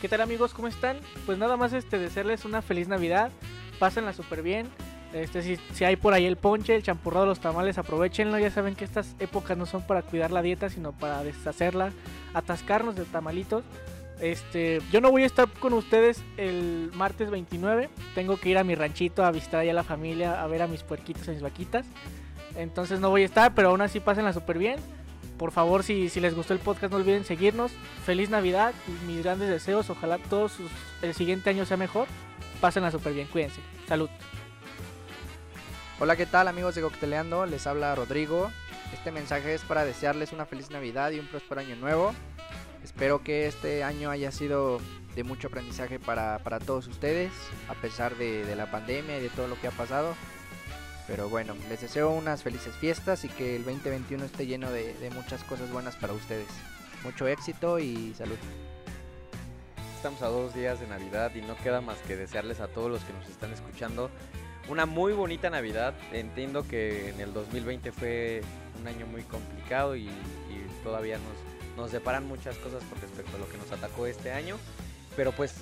¿Qué tal amigos? ¿Cómo están? Pues nada más este desearles una feliz Navidad. Pásenla súper bien. Este, si, si hay por ahí el ponche, el champurrado, los tamales, aprovechenlo. Ya saben que estas épocas no son para cuidar la dieta, sino para deshacerla, atascarnos de tamalitos. Este, yo no voy a estar con ustedes el martes 29. Tengo que ir a mi ranchito a visitar allá a la familia, a ver a mis puerquitos, a mis vaquitas. Entonces no voy a estar, pero aún así pásenla súper bien. Por favor, si, si les gustó el podcast, no olviden seguirnos. Feliz Navidad y mis grandes deseos. Ojalá todos sus- el siguiente año sea mejor. Pásenla súper bien, cuídense. Salud. Hola, ¿qué tal amigos de Cocteleando? Les habla Rodrigo. Este mensaje es para desearles una feliz Navidad y un próspero año nuevo. Espero que este año haya sido de mucho aprendizaje para, para todos ustedes, a pesar de, de la pandemia y de todo lo que ha pasado. Pero bueno, les deseo unas felices fiestas y que el 2021 esté lleno de, de muchas cosas buenas para ustedes. Mucho éxito y salud. Estamos a dos días de Navidad y no queda más que desearles a todos los que nos están escuchando una muy bonita Navidad. Entiendo que en el 2020 fue un año muy complicado y, y todavía nos, nos deparan muchas cosas con respecto a lo que nos atacó este año. Pero pues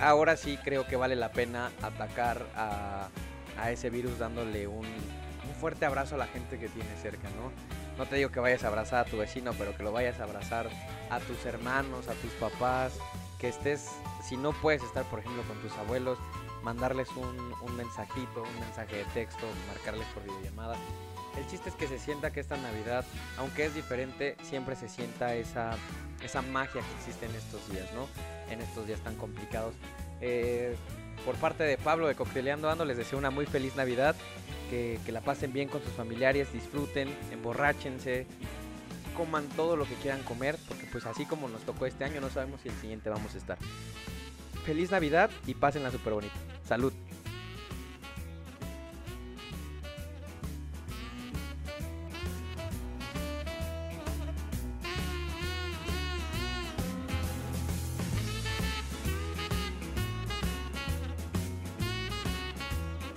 ahora sí creo que vale la pena atacar a, a ese virus dándole un, un fuerte abrazo a la gente que tiene cerca, ¿no? No te digo que vayas a abrazar a tu vecino, pero que lo vayas a abrazar a tus hermanos, a tus papás, que estés, si no puedes estar, por ejemplo, con tus abuelos, mandarles un, un mensajito, un mensaje de texto, marcarles por videollamada. El chiste es que se sienta que esta Navidad, aunque es diferente, siempre se sienta esa, esa magia que existe en estos días, ¿no? En estos días tan complicados. Eh, por parte de Pablo de Cocteleando Ando, les deseo una muy feliz Navidad, que, que la pasen bien con sus familiares, disfruten, emborráchense, coman todo lo que quieran comer, porque pues así como nos tocó este año, no sabemos si el siguiente vamos a estar. Feliz Navidad y pásenla súper bonita. Salud.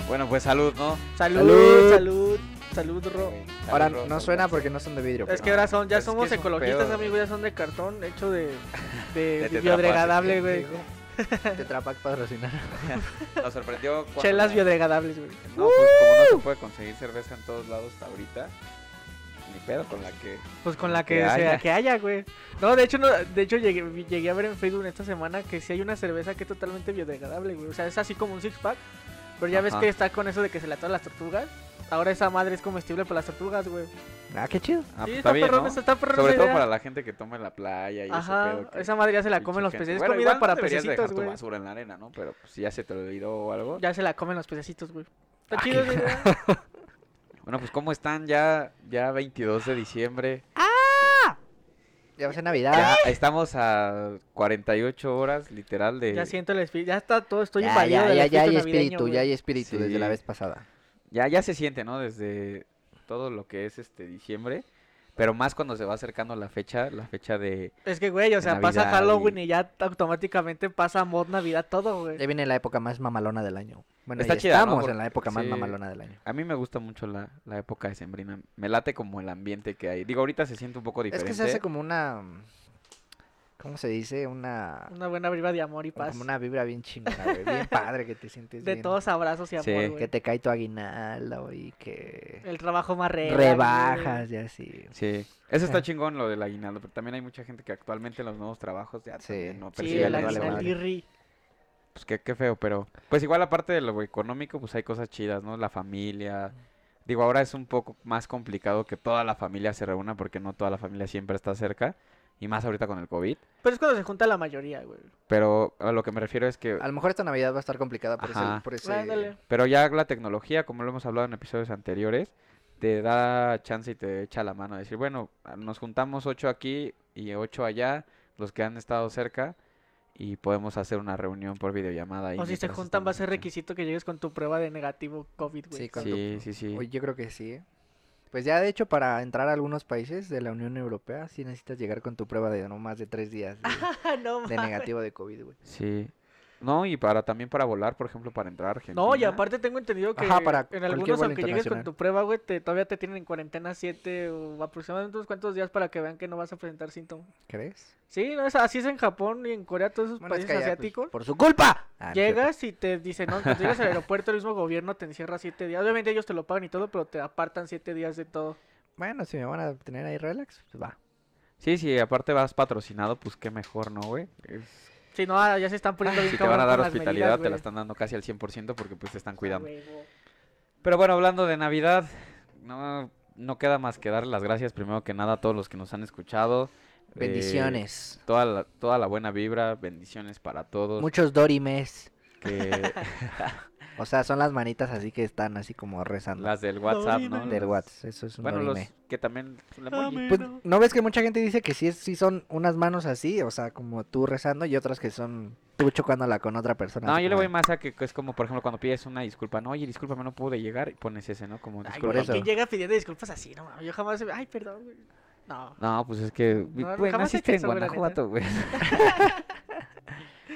Bueno, pues salud, ¿no? Salud, Salud. salud, salud, Ro. Ahora no suena porque no son de vidrio. Es pero- que ahora son, ya Ah, es que somos es un ecologistas, pedo. amigos, ya son de cartón, hecho de, de, De Tetra biodegradable, güey. Tetra Pak patrocinar. Nos sorprendió cuando- Chelas biodegradables, güey. No, pues como ¡Uh! no se puede conseguir cerveza en todos lados hasta ahorita, ni pedo con la que... Pues con la que, Que sea- haya. que haya, güey. No, de hecho, no, de hecho llegué, llegué a ver en Facebook esta semana que si hay una cerveza que es totalmente biodegradable, güey. O sea, es así como un six pack. Pero ya ves Ajá. que está con eso de que se le atoran las tortugas. Ahora esa madre es comestible para las tortugas, güey. Ah, qué chido. Ah, pues sí, está bien, perrón, ¿no? esa- está perrón Sobre esa todo idea. para la gente que toma en la playa y ese Ajá, pedo que- esa madre ya se la pinche comen los gente. peces. Es Bueno, comida igual para no deberías pececitos, dejar tu güey. basura en la arena, ¿no? Pero pues, si ya se te olvidó o algo. Ya se la comen los pececitos, güey. Ah, Está chido esa idea. Bueno, pues ¿cómo están? Ya ya 22 de diciembre. Ya va a ser Navidad. Ya estamos a 48 horas literal de Ya siento el espíritu. Ya está todo, estoy ya, invadido ya, del ya, ya espíritu hay navideño, espíritu, güey. ya hay espíritu desde la Sí. vez pasada. ya ya se siente, ¿no? Desde todo lo que es este diciembre, pero más cuando se va acercando la fecha, la fecha de Es que, güey, o sea, de pasa Navidad Halloween y- y ya automáticamente pasa mod Navidad todo, güey. Ya viene la época más mamalona del año. Bueno, Está ya chida, ¿no? estamos Porque- en la época más sí. mamalona del año. a mí me gusta mucho la, la época de Sembrina. Me late como el ambiente que hay. Digo, ahorita se siente un poco diferente. Es que se hace como una... ¿Cómo se dice? Una... Una buena vibra de amor y paz. Como una vibra bien chingona, güey. Bien padre que te sientes De bien. todos abrazos y amor, Sí. güey. Que te cae tu aguinaldo y que... El trabajo más real. Rebajas y así. Sí, eso está Ajá. chingón lo del aguinaldo, pero también hay mucha gente que actualmente en los nuevos trabajos ya Sí. también no Sí, percibe ya el el les vale aguinaldo. madre. aguinaldirri. Pues qué, qué feo, pero pues igual aparte de lo económico, pues hay cosas chidas, ¿no? La familia. Digo, ahora es un poco más complicado que toda la familia se reúna porque no toda la familia siempre está cerca y más ahorita con el COVID, Pero es cuando se junta la mayoría, güey. pero a lo que me refiero es que A lo mejor esta Navidad va a estar complicada por, ese, Ajá. por ese- Ah, Ándale. Pero ya la tecnología, como lo hemos hablado en episodios anteriores, te da chance y te echa la mano a decir, bueno, a- nos juntamos ocho aquí y ocho allá, los que han estado cerca, y podemos hacer una reunión por videollamada. ahí O si se mientras juntan, va a estamos ser acá". requisito que llegues con tu prueba de negativo COVID, güey. Sí, con- Sí, sí, sí. Oye, yo creo que sí. ¿eh? Pues ya de hecho para entrar a algunos países de la Unión Europea sí necesitas llegar con tu prueba de no más de tres días de, Ah, no, de mames. negativo de COVID, güey. Sí. No, y para también para volar, por ejemplo, para entrar a Argentina. No, y aparte tengo entendido que Ajá, para en cualquier algunos, vuelo aunque llegues con internacional. tu prueba, güey, te- todavía te tienen en cuarentena 7 o aproximadamente unos cuantos días para que vean que no vas a presentar síntomas. ¿Crees? Sí, no, es, así es en Japón y en Corea, todos esos Bueno, es países que allá, pues, asiáticos. por su culpa. Ah, no es cierto. Llegas y te dicen, no, cuando llegas al aeropuerto, el mismo gobierno te encierra siete días. Obviamente ellos te lo pagan y todo, pero te apartan siete días de todo. Bueno, si me van a tener ahí relax, pues va. Eh, Sí, sí, aparte vas patrocinado, pues qué mejor, ¿no, güey? Es- Si no, ah, ya se están poniendo bien Si te van a cabrón dar con las hospitalidad, medidas, te la güey. están dando casi al 100% porque pues te están Ah, cuidando. huevo. Pero bueno, hablando de Navidad, no, no queda más que darle las gracias primero que nada a todos los que nos han escuchado. Eh, Bendiciones. toda, la, toda la buena vibra, bendiciones para todos. Muchos dorimes. que- O sea, son las manitas así que están así como rezando. las del WhatsApp, ¿no? del Las- WhatsApp. Eso es un Bueno, los dorime. que también... el emoji. Pues, ¿no ves que mucha gente dice que sí, es- sí son unas manos así? O sea, como tú rezando y otras que son tú chocándola con otra persona. No, así yo le como voy de- más a que que es como, por ejemplo, cuando pides una disculpa, no, oye, discúlpame, no pude llegar, y pones ese, ¿no? Como Ay, disculpa. güey, por eso. ¿quién llega pidiendo disculpas así? No, mames, yo jamás... Ay, perdón, güey. No. No, pues es que, güey, no, güey, jamás he naciste hecho en eso, güey, la neta. Guanajuato, güey.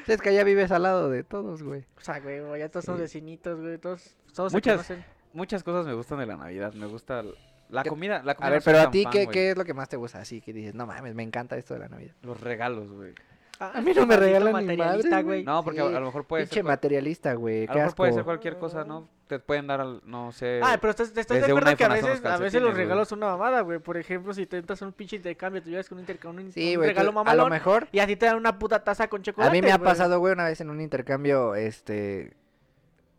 Sí, Es que allá vives al lado de todos, güey. O sea, güey, güey, ya todos somos Sí. vecinitos, güey, todos, todos Muchas- se conocen. Muchas cosas me gustan de la Navidad, me gusta l- la ¿Qué- comida, la comida. A no ver, soy pero a tan ti, fan, ¿qué, güey. ¿qué es lo que más te gusta? Así que dices, no mames, me encanta esto de la Navidad. Los regalos, güey. A mí no me Ah, maldito regalan ni materialista, madre, güey. güey. No, porque a, Sí, a lo mejor puede Pinche ser, cual- materialista, güey. a Qué lo mejor puede ser asco. cualquier cosa, ¿no? Te pueden dar, al- no eh, sé. Ah, pero estás, estás de Desde un acuerdo que a iPhone hasta veces, unos a veces los calcetines, güey. regalos son una mamada, güey. Por ejemplo, si te entras a un pinche intercambio, te llevas con un intercambio, un, Sí, un güey. regalo tú- A lo mamalón, mejor. y así te dan una puta taza con chocolate, A mí me ha güey. pasado, güey, una vez en un intercambio, este...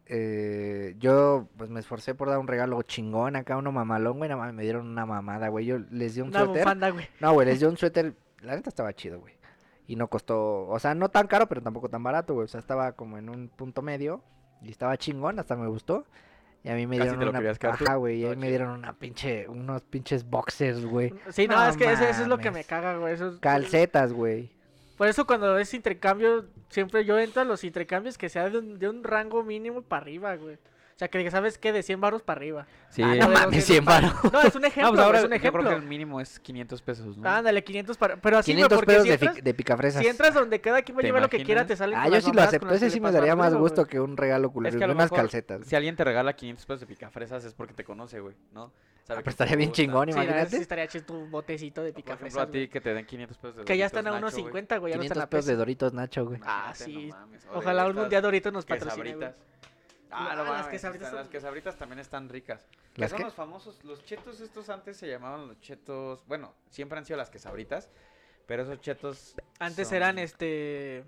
eh, yo, pues, me esforcé por dar un regalo chingón acá, uno mamalón, güey, nada más me dieron una mamada, güey, yo les di un Una suéter, bufanda, güey. no, güey, les di un suéter, la neta estaba chido, güey, y no costó, o sea, no tan caro, pero tampoco tan barato, güey, o sea, estaba como en un punto medio, y estaba chingón, hasta me gustó, y a mí me Casi te dieron lo una, querías quedar tú. ajá, güey, y ahí Todo me chido. dieron una pinche, unos pinches boxers, güey, Sí, no, No es que ese- eso es lo que me mames. caga, güey. Eso es- calcetas, güey, Por eso cuando es intercambio, siempre yo entro a los intercambios que sea de un, de un rango mínimo para arriba, güey. O sea, que digas, sabes qué, de 100 baros para arriba. sí. Ah, no, no, pues mames, cien varos. es un ejemplo, pues güey, ahora es un yo creo que ejemplo. Ah, el mínimo es 500 pesos, ¿no? Ándale, 500 para... Pero así, güey, 500 porque pesos si de, entras- fi- de picafresas. Si entras donde cada quien va a ¿Te llevar lo que quiera, imaginas? te salen Ah, con yo las sí lo mamadas con acepto. las Ese que sí le me pasan daría al más dedo, gusto güey. que un regalo culero. que a lo unas mejor calcetas. güey. Si alguien te regala 500 pesos de picafresas es porque te conoce, güey, Ah, ¿no? Sabe pero que te estaría bien gusta. chingón, Sí, la verdad, sí imagínate. estaría chido tu botecito de Por pica ejemplo, a ti que te den 500 pesos de Que ya Doritos están a Nacho, unos güey. 50, güey, ya no están 500 a pesos pesos. de Doritos Nacho, güey. Ah, Imagínate, sí. no mames, o de Ojalá algún estas día Doritos nos patrocine, güey. quesabritas. Ah, no Ah, las mames, quesabritas están- son- las quesabritas también están ricas. Que ¿Las son qué? los famosos, los chetos estos antes se llamaban los chetos, bueno, siempre han sido las quesabritas, pero esos chetos Antes son- eran este...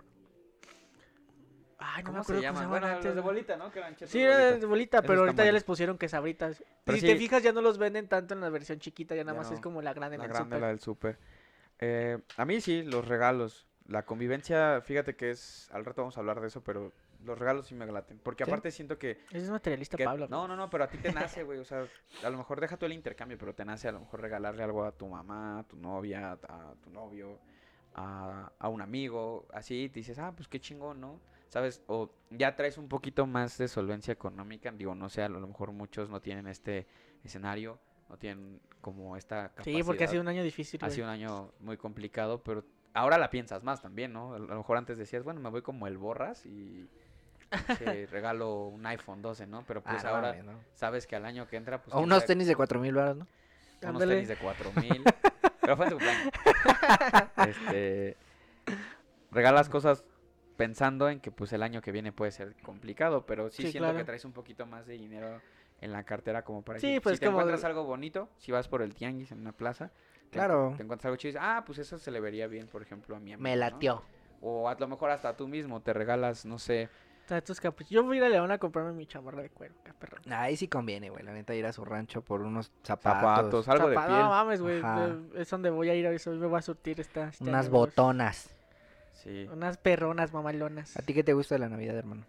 Ay, no ¿Cómo me acuerdo cómo se se llaman? llaman Bueno, antes. los de güey. bolita, ¿no? Que eran chetos Sí, de eran bolita. de bolita, pero están ahorita ya buenos. les pusieron quesabritas. Pero si te sí- fijas, ya no los venden tanto en la versión chiquita, ya nada Ya más es no. como la grande en La el grande, súper. la del súper. Eh, a mí sí, los regalos. La convivencia, fíjate que es. Al rato vamos a hablar de eso, pero los regalos sí me glaten. Porque ¿Sí? aparte siento que. Ese es materialista, que- Pablo. no, no, no, pero a ti te nace, güey. O sea, a lo mejor deja tú el intercambio, pero te nace a lo mejor regalarle algo a tu mamá, a tu novia, a tu novio, a, a un amigo. Así te dices, ah, pues qué chingón, ¿no? ¿Sabes? O ya traes un poquito más de solvencia económica. Digo, no sé, a lo mejor muchos no tienen este escenario, no tienen como esta capacidad. Sí, porque ha sido un año difícil, Ha güey. sido un año muy complicado, pero ahora la piensas más también, ¿no? A lo mejor antes decías, bueno, me voy como el borras y te regalo un iPhone 12, ¿no? Pero Ah, pues no ahora mames, ¿no? sabes que al año que entra, pues... O quién unos sabe, tenis de 4000 baros, ¿no? Unos Ándale. tenis de 4000. pero fue en tu cumpleaños. Este, regalas cosas pensando en que pues el año que viene puede ser complicado, pero sí, Sí, siento que claro. traes un poquito más de dinero en la cartera como para Sí, decir, pues, si te como de- encuentras algo bonito, si vas por el tianguis en una plaza, te- Claro. Te encuentras algo chido y dices, ah, pues eso se le vería bien, por ejemplo, a mi amigo. Me ¿no?". latió. O a lo mejor hasta tú mismo te regalas, no sé. Está tus capuch- Yo voy a ir a León a comprarme mi chamarra de cuero, acá, perro. Ahí sí conviene, güey. La neta, ir a su rancho por unos zapatos. Zapatos, algo de Zapa- piel. No mames, güey. Ajá. de- Es donde voy a ir a eso. Hoy me voy a surtir esta. este Unas año, güey. botonas. Sí. Unas perronas mamalonas. ¿A ti qué te gusta de la Navidad, hermano?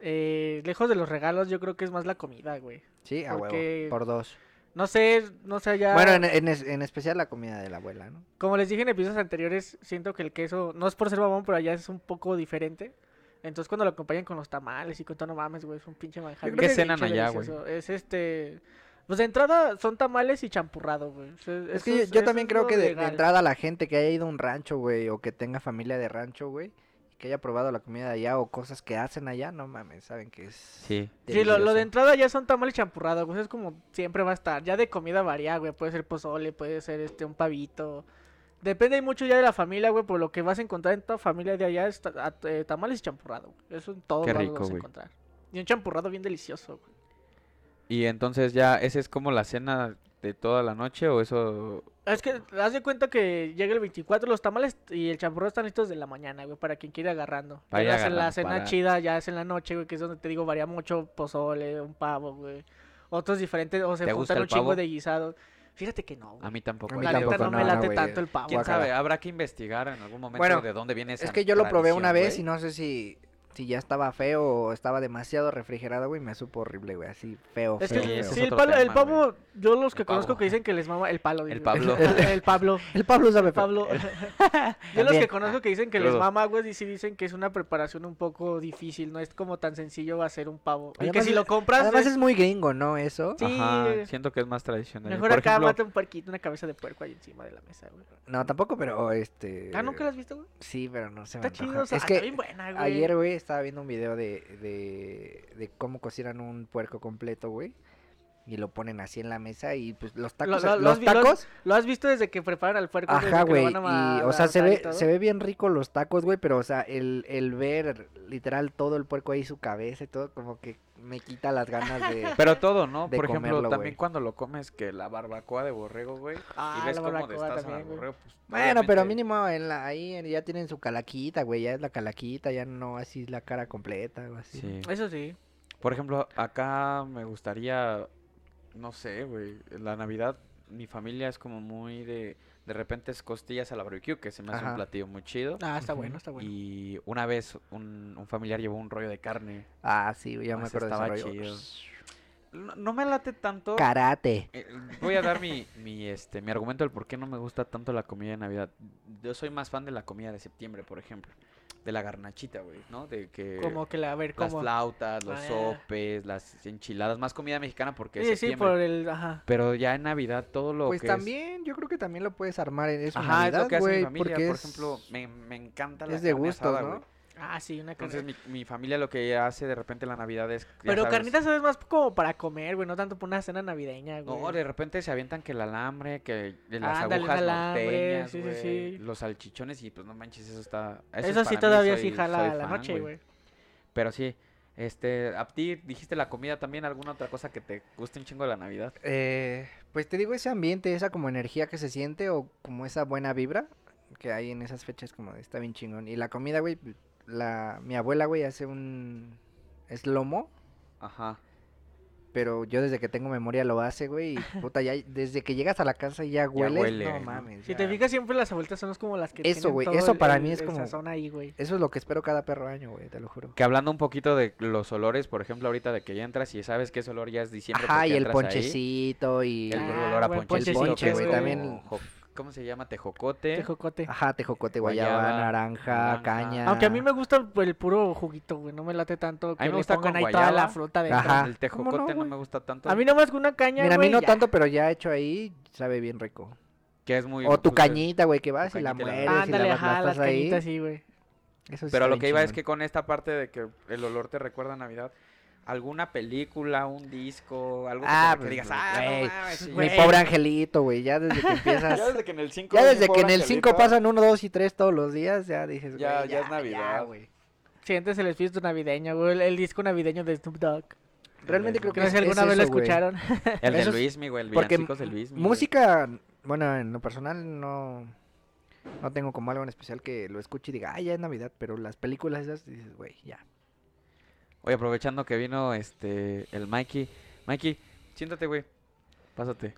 Eh, lejos de los regalos, yo creo que es más la comida, güey. Sí, a Porque- huevo. Por dos. No sé, no sé, ya. Bueno, en, en es- en especial la comida de la abuela, ¿no? Como les dije en episodios anteriores, siento que el queso, no es por ser babón, pero allá es un poco diferente. Entonces, cuando lo acompañan con los tamales y con todo, no mames, güey, es un pinche manjar. creo bien que cenan pinche allá, güey. delicioso. Es este. Pues de entrada son tamales y champurrado, güey. O sea, Es eso que yo, yo eso también es creo lo que de- de, legal. entrada la gente que haya ido a un rancho, güey, o que tenga familia de rancho, güey, que haya probado la comida de allá o cosas que hacen allá, no mames, saben que es. Sí. Sí, lo, lo delicioso. de entrada ya son tamales champurrados, güey. Es como siempre va a estar. Ya de comida varía, güey. Puede ser pozole, puede ser este un pavito. Depende mucho ya de la familia, güey. Por lo que vas a encontrar en toda familia de allá es ta- a- eh, tamales y champurrado, güey. Eso en todo Qué lado rico, vas a güey. encontrar. Y un champurrado bien delicioso, güey. Y entonces ya, ¿esa es como la cena de toda la noche o eso? Es que haz de cuenta que llega el 24, los tamales y el champurrado están listos de la mañana, güey, para quien quiera agarrando. Ya Para ir la- la agarrando, cena para- chida ya es en la noche, güey, que es donde te digo, varía mucho pozole, un pavo, güey. Otros diferentes, o se ¿Te gusta juntan el un chingo pavo? de guisados. Fíjate que no, A güey. mí tampoco. A mí La yo- neta tampoco, no me no, late güey. tanto el pavo. ¿Quién güey. guácala. sabe? Habrá que investigar en algún momento Bueno, de dónde viene esa Es que yo lo probé una tradición, vez y güey. no sé si, si ya estaba feo o estaba demasiado refrigerado, güey. Me supo horrible, güey. Así feo, Es feo, que Sí, ese feo. sí, es el, otro palo- el tema, pavo, yo los que El pavo. conozco que dicen que les mama el palo. digo. Pablo. el Pablo. El Pablo sabe feo. El Pablo. yo los También. que conozco que dicen que les Crudo. mama, güey, y sí dicen que es una preparación un poco difícil. No es como tan sencillo hacer un pavo. y que Además si es- lo compras, Además es es muy gringo, ¿no? Eso. Sí, Ajá, güey. siento que es más tradicional. mejor Por acá ejemplo, Eh, mata un puerquito, una cabeza de puerco ahí encima de la mesa, güey. No, tampoco, pero este. Ah, ¿nunca lo has visto, güey? Sí, pero no se me Está antoja. chido, o sea, ah, es está que bien buena, güey. ayer, güey, estaba viendo un video de, de, de cómo cocinan un puerco completo, güey. Y lo ponen así en la mesa y pues los tacos. lo- los los vi- los- tacos. ¿Lo has visto desde que preparan al puerco? desde que Ajá, lo güey. van a Y, o ma- sea, se matar y ve, todo? se ve bien rico los tacos, güey, pero, o sea, el, el ver literal todo el puerco ahí, su cabeza y todo, como que me quita las ganas de... Pero todo, ¿no? de Por ejemplo, comerlo, también güey. cuando lo comes, que la barbacoa de borrego, güey. Ah, y ves la cómo barbacoa destazan también, al güey. borrego. pues, Bueno, pero obviamente- mínimo en la, ahí en- ya tienen su calaquita, güey, ya es la calaquita, ya no así es la cara completa o así. Sí. Eso sí. Por ejemplo, acá me gustaría, no sé, güey, la Navidad, mi familia es como muy de, de repente es costillas a la barbecue, que se me hace Ajá. un platillo muy chido. Ah, está Ujú. bueno, está bueno. Y una vez un, un familiar llevó un rollo de carne. Ah, sí, güey, ya Ah, me ese acuerdo de estaba ese rollo. chido. No, no me late tanto. Karate. Eh, Voy a dar mi, mi, este, mi argumento del por qué no me gusta tanto la comida de Navidad. Yo soy más fan de la comida de septiembre, por ejemplo. De la garnachita, güey, ¿no? De que Como que la, a ver, eh, las ¿cómo? flautas, los Ah. sopes, las enchiladas, más comida mexicana porque es Sí, sí, septiembre. por el... Ajá. Pero ya en Navidad todo lo Pues que es- también, yo creo que también lo puedes armar en eso. Ajá, es lo que hace mi güey, familia. porque por es- ejemplo, me, me encanta la es de carne gustos, asada, ¿no? güey. Ah, sí, una carne. Entonces mi, mi familia lo que hace de repente en la Navidad es... ya Pero sabes, carnitas es más como para comer, güey, no tanto para una cena navideña, güey. No, de repente se avientan que el alambre, que de las Ándale, un agujas alambre, norteñas, sí, sí, güey, sí. los salchichones y pues no manches, eso está... Eso, es sí para mí, todavía soy- sí jala soy a la fan, noche, güey. Pero sí, este, a ti dijiste la comida también, alguna otra cosa que te guste un chingo de la Navidad. Eh, pues te digo, ese ambiente, esa como energía que se siente o como esa buena vibra que hay en esas fechas, como de, está bien chingón. Y la comida, güey, la, mi abuela, güey, hace un... es lomo, Ajá. pero yo desde que tengo memoria lo hace, güey, y puta, ya desde que llegas a la casa ya hueles, huele, no ¿no? mames. Si te ya. fijas siempre las abuelitas son como las que Eso, tienen güey, todo eso el- para el- mí es el como- sazón ahí, güey. Eso es lo que espero cada perro año, güey, te lo juro. Que hablando un poquito de los olores, por ejemplo, ahorita de que ya entras y sabes que ese olor ya es diciembre. Ajá, porque y el entras ahí, ponchecito y... el Ah, olor a buen ponchecito, ponchecito, que güey, es también. como jo- ¿Cómo se llama? Tejocote. Tejocote. Ajá, tejocote, guayaba, Guayaba, naranja, naranja. caña. Aunque a mí me gusta el, el puro juguito, güey, no me late tanto que me le gusta pongan con ahí toda la guayaba. fruta dentro. Ajá. El ¿Cómo no, tejocote no, güey? me gusta tanto. A mí nomás con una caña, Mira, a Ah, mí güey, no ya. tanto, pero ya hecho ahí, sabe bien rico. Que es muy O tu justo- cañita, güey, que vas tu y la cañita y la- mueres y Ándale, la ajá, las aplastas ahí. cañitas, sí, güey. Eso sí Pero está a lo bien que iba es chingón. que con esta parte de que el olor te recuerda a Navidad, alguna película, un disco, algo que, Ah, como que pues, digas, güey, ah, no güey, mames, sí". Mi pobre angelito, güey, ya desde que empiezas... Ya desde que en el 5 ya desde que en el 5 pasan 1, 2 y 3 todos los días, ya dices, Ya- güey, ya es Navidad. güey. Sientes el espíritu navideño, güey, el, el disco navideño de Snoop Dogg. Realmente creo que No sé si es- es alguna vez lo eso, güey. escucharon. El de Esos- Luis, mi güey, el Porque villancicos de Luis. música, bueno, en lo personal no... No tengo como algo en especial que lo escuche y diga, ah, ya es Navidad, pero las películas esas dices, güey, ya. Oye, aprovechando que vino este el Mikey. Mikey, siéntate, güey. Pásate.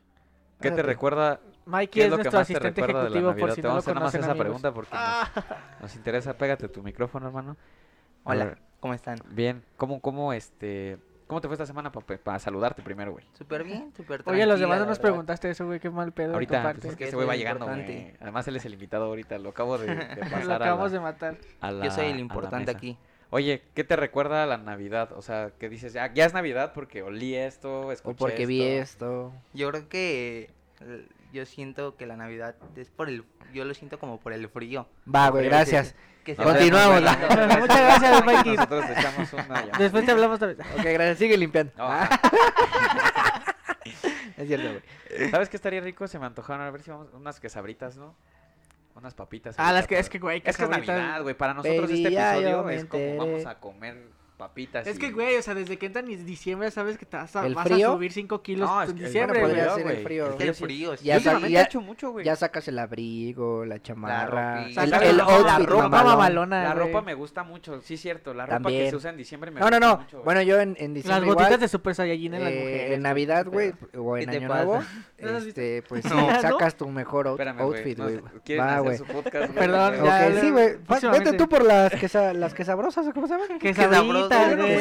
¿Qué te Pásate. recuerda? Mikey ¿Qué es es lo que nuestro más te asistente recuerda de la ejecutivo, por Navidad? si no te lo vamos a hacer nada más conocen, esa amigos. Ah. pregunta porque nos- nos interesa. Pégate tu micrófono, hermano. A ver, ¿cómo están? Bien, ¿cómo, cómo, este, cómo te fue esta semana para saludarte primero, güey? Súper bien, súper tranquilo. Oye, los demás no nos preguntaste eso, güey, qué mal pedo. de tu Ahorita, pues, parte. es que Es ese güey lo va llegando, importante. güey. Además, él es el invitado ahorita, lo acabo de, de pasar Lo a la- acabamos de matar. a la- Yo soy a la el importante mesa. aquí. Oye, ¿qué te recuerda a la Navidad? O sea, que dices, "Ah, ya, ya es Navidad porque olí esto, escuché O porque vi esto. esto. Yo creo que eh, yo siento que la Navidad es por el, yo lo siento como por el frío. Va, Ah, güey, güey, gracias. Que se- Continuamos. Bueno, la- Bueno, muchas gracias, Mikey. Nosotros echamos una llamada. Después te hablamos otra vez. ok, gracias. Sigue limpiando. No, Ah, ajá. es cierto, güey. ¿Sabes qué estaría rico? Se me antojaron. A ver si vamos. Unas quesabritas, ¿no? Unas papitas. Ah, ahorita las que, es para- que, güey, Es que es ahorita- Navidad, güey. Para nosotros Baby, este ya yo episodio me es como vamos enteré. a comer papitas. Es que, y- güey, o sea, desde que entra en diciembre sabes que te vas a, ¿El vas a frío? subir 5 kilos No, es en que- diciembre, bueno, güey. podría ser el frío. Es el frío. sí. Ya Ya sa- últimamente ya- ha hecho mucho, güey. Ya sacas el abrigo, la chamarra, ropita. el, Sacas el la ropa- outfit ropa mamalón. mamalona, La güey. ropa me gusta mucho, sí cierto. La ropa que También. se usa en diciembre me No, gusta no, no. mucho. güey. Bueno, yo en, Las en diciembre botitas igual, de Super Saiyajin en las eh, mujeres. en Navidad, güey, o en ¿Qué te Año pasa? Nuevo, ¿No las has este, pues sí, No. sacas tu mejor out- Espérame, güey, outfit, no sé, güey. ¿Quieren Va, hacer güey. su podcast? güey? Perdón, Pero- ya. Ok, sí, güey. Vas- Vete próximamente. tú por las, quesa, las quesabrosas, ¿o ¿cómo se llaman? Que sabritas, sabroso, güey. güey. Que sabritas, Eran güey.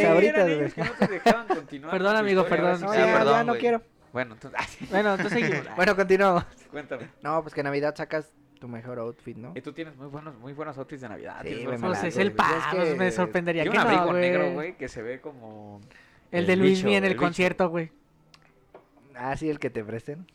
ellos que no te dejaban continuar Perdón, con tu amigo, historia, perdón. güey. No, Sí, ya, perdón, ya no güey. quiero. Bueno, entonces, ah, Bueno, entonces seguimos. Bueno, continuamos. cuéntame. No, pues que en Navidad sacas tu mejor outfit, ¿no? Y tú tienes muy buenos, muy buenos outfits de Navidad. Sí, tienes güey, buenos Pues me es la- el outfits, pa- güey. Pablo, que- me sorprendería Tiene que un no, abrigo negro, güey. güey, que se ve como... El de El Luis bicho, en el, el bicho. concierto, güey. Ah, sí, el que te presten.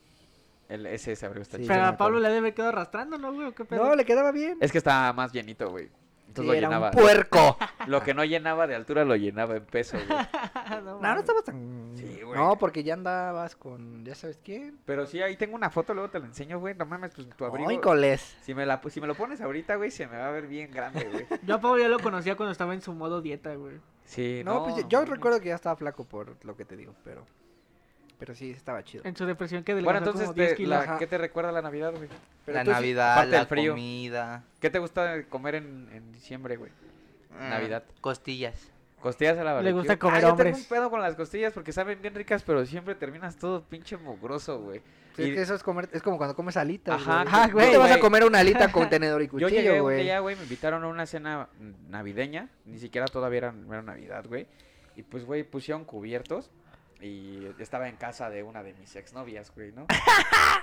El, ese, ese abrigo está Sí, chido. Pero me a Pablo acuerdo. le debe quedado arrastrando, ¿no, güey? ¿O ¿Qué pedo? No, le quedaba bien. Es que estaba más llenito, güey. Entonces Sí, lo era llenaba. un puerco. Lo que no llenaba de altura lo llenaba en peso, güey. no, No, no mames. estabas tan... Sí, güey. no, porque ya andabas con... ¿Ya sabes quién? Pero sí, ahí tengo una foto, luego te la enseño, güey. No mames, pues tu abrigo... Ay, coles. Si me, la, si me lo pones ahorita, güey, se me va a ver bien grande, güey. Yo a Pablo ya lo conocía cuando estaba en su modo dieta, güey. Sí, No, pues yo, yo recuerdo que ya estaba flaco por lo que te digo, pero... Pero sí, estaba chido. En su depresión que Bueno, adelgazó entonces, como 10 te- kilos. la- ajá. ¿qué te recuerda la Navidad, güey? Pero la tú sí- Navidad, aparte del la frío. comida. ¿Qué te gusta comer en, en diciembre, güey? ah, Navidad. Costillas. Costillas a la barbecue. gusta comer ah, yo hombres. tengo un pedo con las costillas porque saben bien ricas, pero siempre terminas todo pinche mugroso, güey. Sí, es Y- que eso es comer... Es como cuando comes alitas, Ajá, güey. ajá, No güey, te vas a güey. comer una alita con tenedor y Yo llegué cuchillo, un güey. día, güey, me invitaron a una cena mm, navideña, ni siquiera todavía era, era Navidad, güey. Y pues, güey, pusieron cubiertos y estaba en casa de una de mis exnovias, güey, ¿no?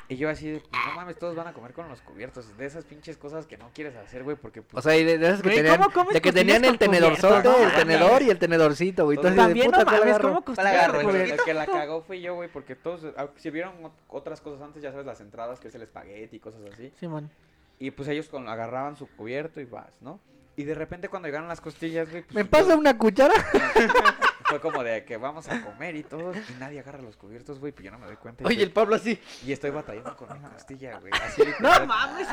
y yo así, de, pues, no mames, todos van a comer con los cubiertos, de esas pinches cosas que no quieres hacer, güey, porque O pues, sea, y de, de esas que Güey, tenían, ¿cómo comes de que costillas tenían el con tenedorzote, cubierto? el tenedor y el tenedorcito, güey. Entonces, de También, puta, no ¿cuál mames, agarro? ¿cómo la costilla? agarro, el, güey? el que la cagó fui yo, güey, porque todos ah, sirvieron ot- otras cosas antes, ya sabes, las entradas, que es el espagueti y cosas así. Simón. Y pues ellos con, agarraban su cubierto y vas, ¿no? Y de repente cuando llegaron las costillas, güey, pues, ¿Me yo- pasa una cuchara? Fue como de que vamos a comer y todo, y nadie agarra los cubiertos, güey, pues yo no me doy cuenta. y Oye, el estoy- Pablo así. Y estoy batallando con mi costilla, güey. así No literal. mames.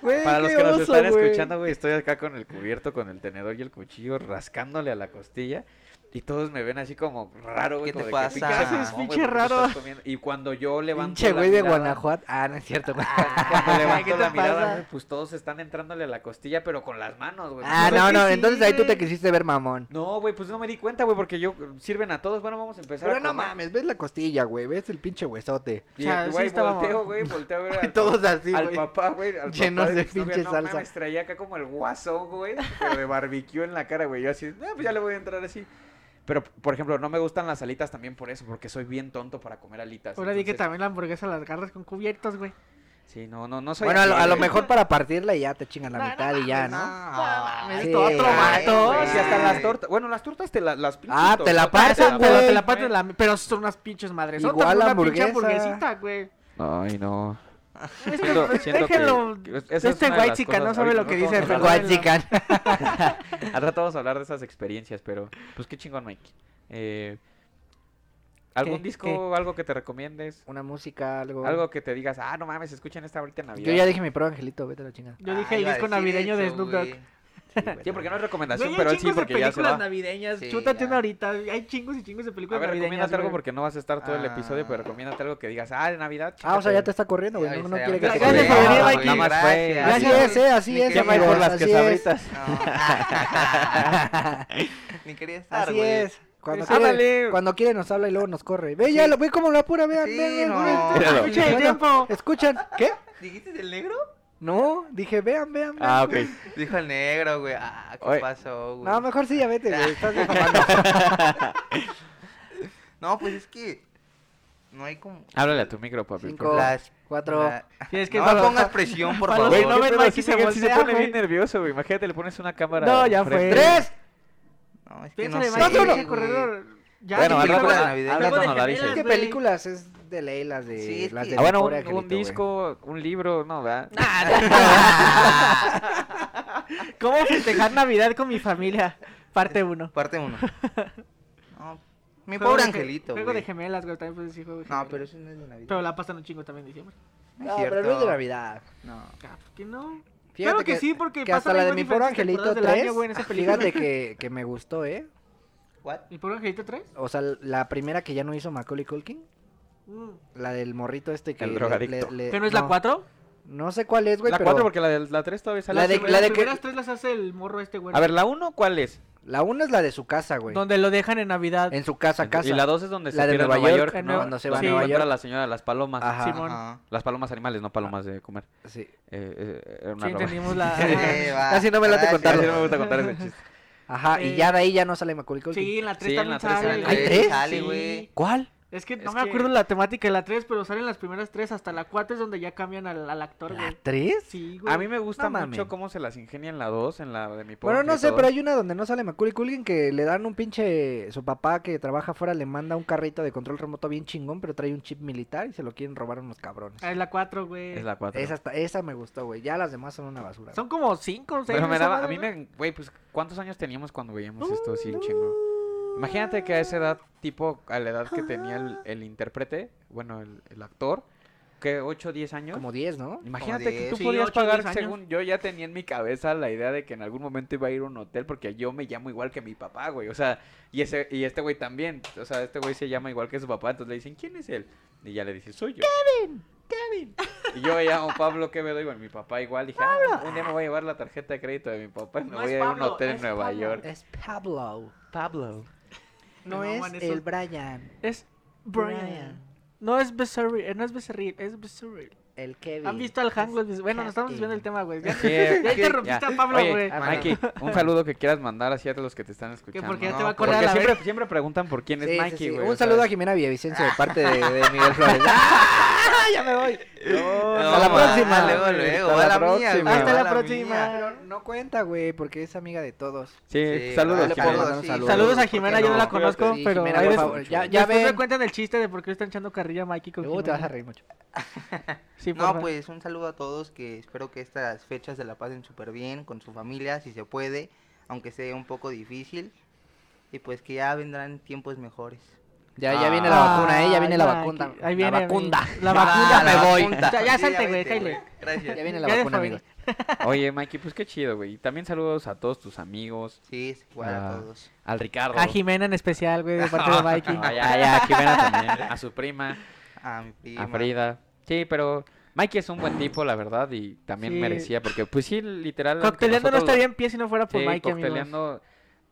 Güey, Para los qué que nos oso, están güey. escuchando, güey, estoy acá con el cubierto, con el tenedor y el cuchillo, rascándole a la costilla. Y todos me ven así como raro, güey. ¿Qué te como de que, "Pinche pasa? mamón, Haces güey, pinche ¿por qué estás raro". comiendo?". Y cuando yo levanto Pinche la güey de mirada- Guanajuato. Ah, no es cierto, güey. Cuando ¿Qué levanto te la mirada, pasa? güey, pues todos están entrándole a la costilla, pero con las manos, güey. Ah, Pues es no, que no. sí, Entonces ahí tú te güey. quisiste ver mamón. No, güey, pues no me di cuenta, güey, porque yo sirven a todos. Bueno, vamos a empezar Pero a no comer. mames, ves la costilla, güey. Ves el pinche huesote. O Y, sea, sí güey, estaba volteo, mamón. güey, volteo a ver al, Todos así, al güey. papá, güey, al Llenos papá de mi novia, pinche no, salsa. Mames, traía acá como el guasón, güey, pero de barbecue en la cara, güey. Yo así, no, pues ya le voy a entrar así. Pero, por ejemplo, no me gustan las alitas también por eso, porque soy bien tonto para comer alitas. Ahora di que entonces- también la hamburguesa la agarras con cubiertos, güey. Sí, no, no, no soy Bueno, a lo, así, ¿eh? a lo güey. mejor para partirla y ya te chingan la mitad y ya, ¿no? No, Es Sí, todo otro ay, vato. Güey, si hasta güey. las tortas, bueno, las tortas te la- las pinches Ah, te la tortotas pasan, Pero güey. te la partes la- Pero son unas pinches madres. Igual una hamburguesa. pinche hamburguesita, güey. Ay, no. Es Siento- que siento que- déjenlo. que esa es una este de las white chica no cosas- sabe ahorita lo que no dice. vamos a perdónenlo. Guachican. Al rato vamos a hablar de esas experiencias, pero pues qué chingón, Mike. Eh, ¿Algún ¿Qué? disco, ¿Qué? Oh. algo que te recomiendes? Una música, algo. Algo que te digas, ah, no mames, escuchen esta ahorita en Navidad. Yo ya dije mi pro angelito, vete a la chingada. Yo dije Ah, el iba a disco decir navideño de eso, Snoop Dogg. güey. Sí, porque no es recomendación, Güey, hay pero él sí, chingos de porque ya se va. películas A navideñas. Sí, Chútate ya. una ahorita. Hay chingos y chingos de películas ver, navideñas. recomiéndate algo güey. porque no vas a estar todo el episodio, pero Ah. recomiéndate algo que digas, ah, de Navidad. Ah, o sea, ya te chécate. está corriendo, güey. Sí, No, ahí no se quiere que llama. te Gracias corra. por venir, Ah, Mikey. nada más. fue. Así Gracias. es, eh, así Ni es. que Llama ahí por amigos, las así quesabritas. No. Ah, Ni quería estar, Así güey. es. Cuando Pues, quiere, ándale. cuando quiere nos habla y luego nos corre. Ve, ya lo ve como la pura, vean. Sí, vean, vean, no. vean. Míralo. Escucha el Bueno, Ah, tiempo. Escuchan, ¿qué? ¿Dijiste el negro? No, dije, vean, vean, vean. Ah, ok. Dijo el negro, güey. Ah, ¿qué Oye. pasó, güey? No, mejor sí, ya vete, güey. Estás bien mamando. No, pues es que no hay como... Háblale a tu micro, papi. Cinco. por favor. Las... Cuatro. la- Sí, es que no cuando- pongas presión, por Para los favor. Güey, no ven, ¿qué pedo? Mike, Sí y se se, sí se voltea, pone güey. bien nervioso, güey. Imagínate, le pones una cámara. No, ya fue. enfrente. ¡Tres! No, es que no Piénsale, Mikey, sé, Dos, uno. deja güey. correr. Ya, sí, Bueno, al rato- películas al navideñas. rato nos la Luego de dices. ¿Qué güey. películas es de ley las de. Sí, es las que- de Ah, bueno, Victoria un, un Angelito, güey. disco, un libro, no, ¿verdad? ¿Cómo festejar Navidad con mi familia? Parte 1. Parte 1. mi pobre angelito. Juego de güey. gemelas, güey. También puedes decir juego de gemelas. No, pero eso no es de Navidad. Pero la pasan un chingo también en diciembre. No, pero no es de Navidad. No. Ah, ¿por qué no? Fíjate Claro que sí, porque que hasta pasan la algo de mi diferente pobre angelito temporadas del año, 3. güey, en esa película. fíjate que, que me gustó, ¿eh? ¿What? ¿Mi pobre angelito 3? O sea, la primera que ya no hizo Macaulay Culkin. La del morrito este que. El le- drogadicto. le- le- ¿Que no es la 4? No sé cuál es, güey, la pero. 4 porque la de la 3 todavía sale. La así, de- güey. la las que- primeras tres las hace el morro este, güey. A ver, la 1 ¿cuál es? La 1 es la de su casa, güey. Donde lo dejan en Navidad. En su casa, casa. Y la 2 es donde La se de pierde Nueva Nueva York, York, ¿no? Cuando se va a sí, Nueva encuentra York. la señora de las palomas. Ajá. Simón. Ajá. Las palomas animales, no palomas de comer. Sí. Eh, eh, era una Sí, broma. entendimos la... Sí, Eh, va. Casi no me late Gracias. contarlo. Casi no me gusta contar ese chiste. Ajá, y Eh, ya de ahí ya no sale Macaulay Culkin. Sí, en la 3 Sí, en también la tres sale. salen güey. tres. ¿Hay Sale, Sí. güey. ¿Cuál? Es que no Es me que- acuerdo la temática de la 3, pero salen las primeras 3 hasta la 4 es donde ya cambian al, al actor, ¿La güey. 3? Sí, güey. A mí me gusta No mames. mucho cómo se las ingenian la 2 en la de mi pobre Bueno, no sé, Angelito pero 2. hay una donde no sale Macaulay Culkin que le dan un pinche... Su papá que trabaja afuera le manda un carrito de control remoto bien chingón, pero trae un chip militar y se lo quieren robar unos cabrones. Ah, Es la 4, güey. Es la 4. Esa, está- esa me gustó, güey. Ya las demás son una basura. Son como 5 o 6. Pero me daba, a mí me, güey, pues, ¿cuántos años teníamos cuando veíamos esto así, un chingo? Imagínate que a esa edad, tipo, a la edad que tenía el, el intérprete, bueno, el, el actor, que 8 o 10 años. Como 10, ¿no? Imagínate que 10. tú Sí, podías ocho, diez pagar, años. según yo ya tenía en mi cabeza la idea de que en algún momento iba a ir a un hotel porque yo me llamo igual que mi papá, güey. O sea, y ese y este güey también. O sea, este güey se llama igual que su papá, entonces le dicen, "¿Quién es él?" Y ya le dice, "Soy yo." Kevin, Kevin. Y yo me llamo Pablo Quevedo y bueno, mi papá igual. Dije, "Ah, un día me voy a llevar la tarjeta de crédito de mi papá y me No voy es a ir a un Pablo, hotel en es Nueva Pablo. York." Es Pablo. Pablo. No, No, es man, eso- el Brian, Es Brian. Brian. No es Becerril, eh, no es Becerril, es Becerril. el Kevin. ¿Han visto al Hangul? Bueno, nos estamos Kevin. desviando el tema, güey. Ya, Sí, ya ok, interrumpiste ya. a Pablo, Oye, güey. ah, Mikey, un saludo que quieras mandar así a los que te están Que escuchando. porque ya no, te va a Porque correr a la siempre, verga. siempre preguntan por quién es Sí, sí, Mikey, sí. güey. Un o sea, saludo a Jimena Villavicencio de parte de, de Miguel Flores. ¡Ah! Ya me voy. hasta la ma, próxima. Luego, luego. Hasta la a la mía, próxima. güey, Hasta a la mía. próxima. Pero no cuenta, güey, porque es amiga de todos. Sí, Sí, saludos, le Jimena. puedo dar un sí. saludo. Saludos a ¿Por qué Jimena, yo no la conozco, Sí, pero Jimena, ahí por des- favor, ya, ya después me ven. cuentan el chiste de por qué le están echando carrilla a Mikey con Luego te vas a Jimena. reír mucho. Sí, No, porfa. pues un saludo a todos que espero que estas fechas se la pasen súper bien con su familia, si se puede, aunque sea un poco difícil. Y pues que ya vendrán tiempos mejores. Ya, Ah. ya viene la vacuna, eh, ya viene la Ay, vacuna. Ahí viene. La güey. vacuna. La Ah, vacuna. la me voy. vacuna. Ya- ya Sí, salte, güey, vete, cáele. Gracias. Ya viene la Ya vacuna, deja venir. amigos. Oye, Mikey, pues qué chido, güey. Y también saludos a todos tus amigos, Sí, es igual Ah. a todos. al Ricardo. A Jimena en especial, güey, de parte de Mikey. Ah, ya, ya, a Jimena también, a su prima, A mi prima. a Frida. Sí, pero Mikey es un buen tipo, la verdad, y también Sí. merecía, porque pues sí, literal. aunque Cocteleando no nosotros estaría en pie si no fuera lo- por sí, Mikey, amigos. cocteleando.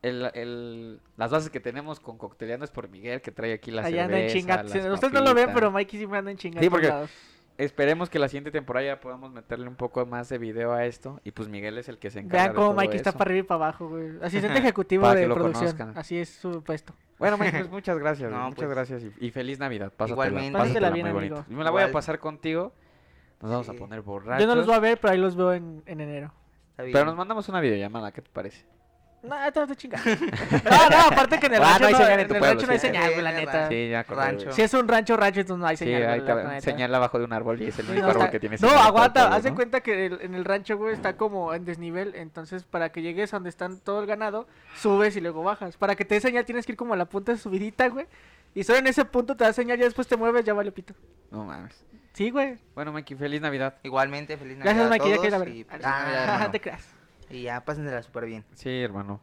El, el- las bases que tenemos con cocteleando es por Miguel, que trae aquí la Allá anda en cerveza, chinga. las Ustedes no lo ven, papitas. pero Mikey sí me anda en chinga. Sí, a todos porque- lados. Esperemos que la siguiente temporada ya podamos meterle un poco más de video a esto. Y pues Miguel es el que se encarga Vean de cómo todo Mikey está eso. para arriba y para abajo, güey. Asistente ejecutivo Para que de lo producción. conozcan. Así es su puesto. Bueno, Mike, pues muchas gracias. No, güey, muchas pues. gracias y, y feliz Navidad. Pásatela, Igualmente. Pásatela muy bien, bonito. amigo. Yo me la voy a Igual. pasar contigo. Nos vamos Sí. a poner Yo borrachos. no los voy a ver, pero ahí los veo en, en enero. Está bien. Pero nos mandamos una videollamada, ¿qué te parece? No, te vas a chingar. No, no, aparte que en el Ah, rancho no hay no, señal en en tu el pueblo, rancho no hay sí. señal, güey, la Sí, es neta. verdad. Sí, ya acordé, Rancho. güey. Si es un rancho, rancho, entonces no hay Sí, señal. ahí güey, la te neta. señal abajo de un árbol y es el Sí, único no, árbol está- que tiene No, señal para aguanta, todo, haz de ¿no? cuenta que el- en el rancho, güey, está como en desnivel, entonces para que llegues a donde están todo el ganado, subes y luego bajas. Para que te dé señal tienes que ir como a la punta de subidita, güey, y solo en ese punto te da señal, ya después te mueves, ya vale pito. No mames. Sí, güey. Bueno, Mikey, feliz Navidad. Igualmente, feliz Navidad. Gracias, Mike, ya a que la todos verdad. y, pues, Ah, nada, hermano. no te creas. y ya pásensela súper bien. Sí, hermano.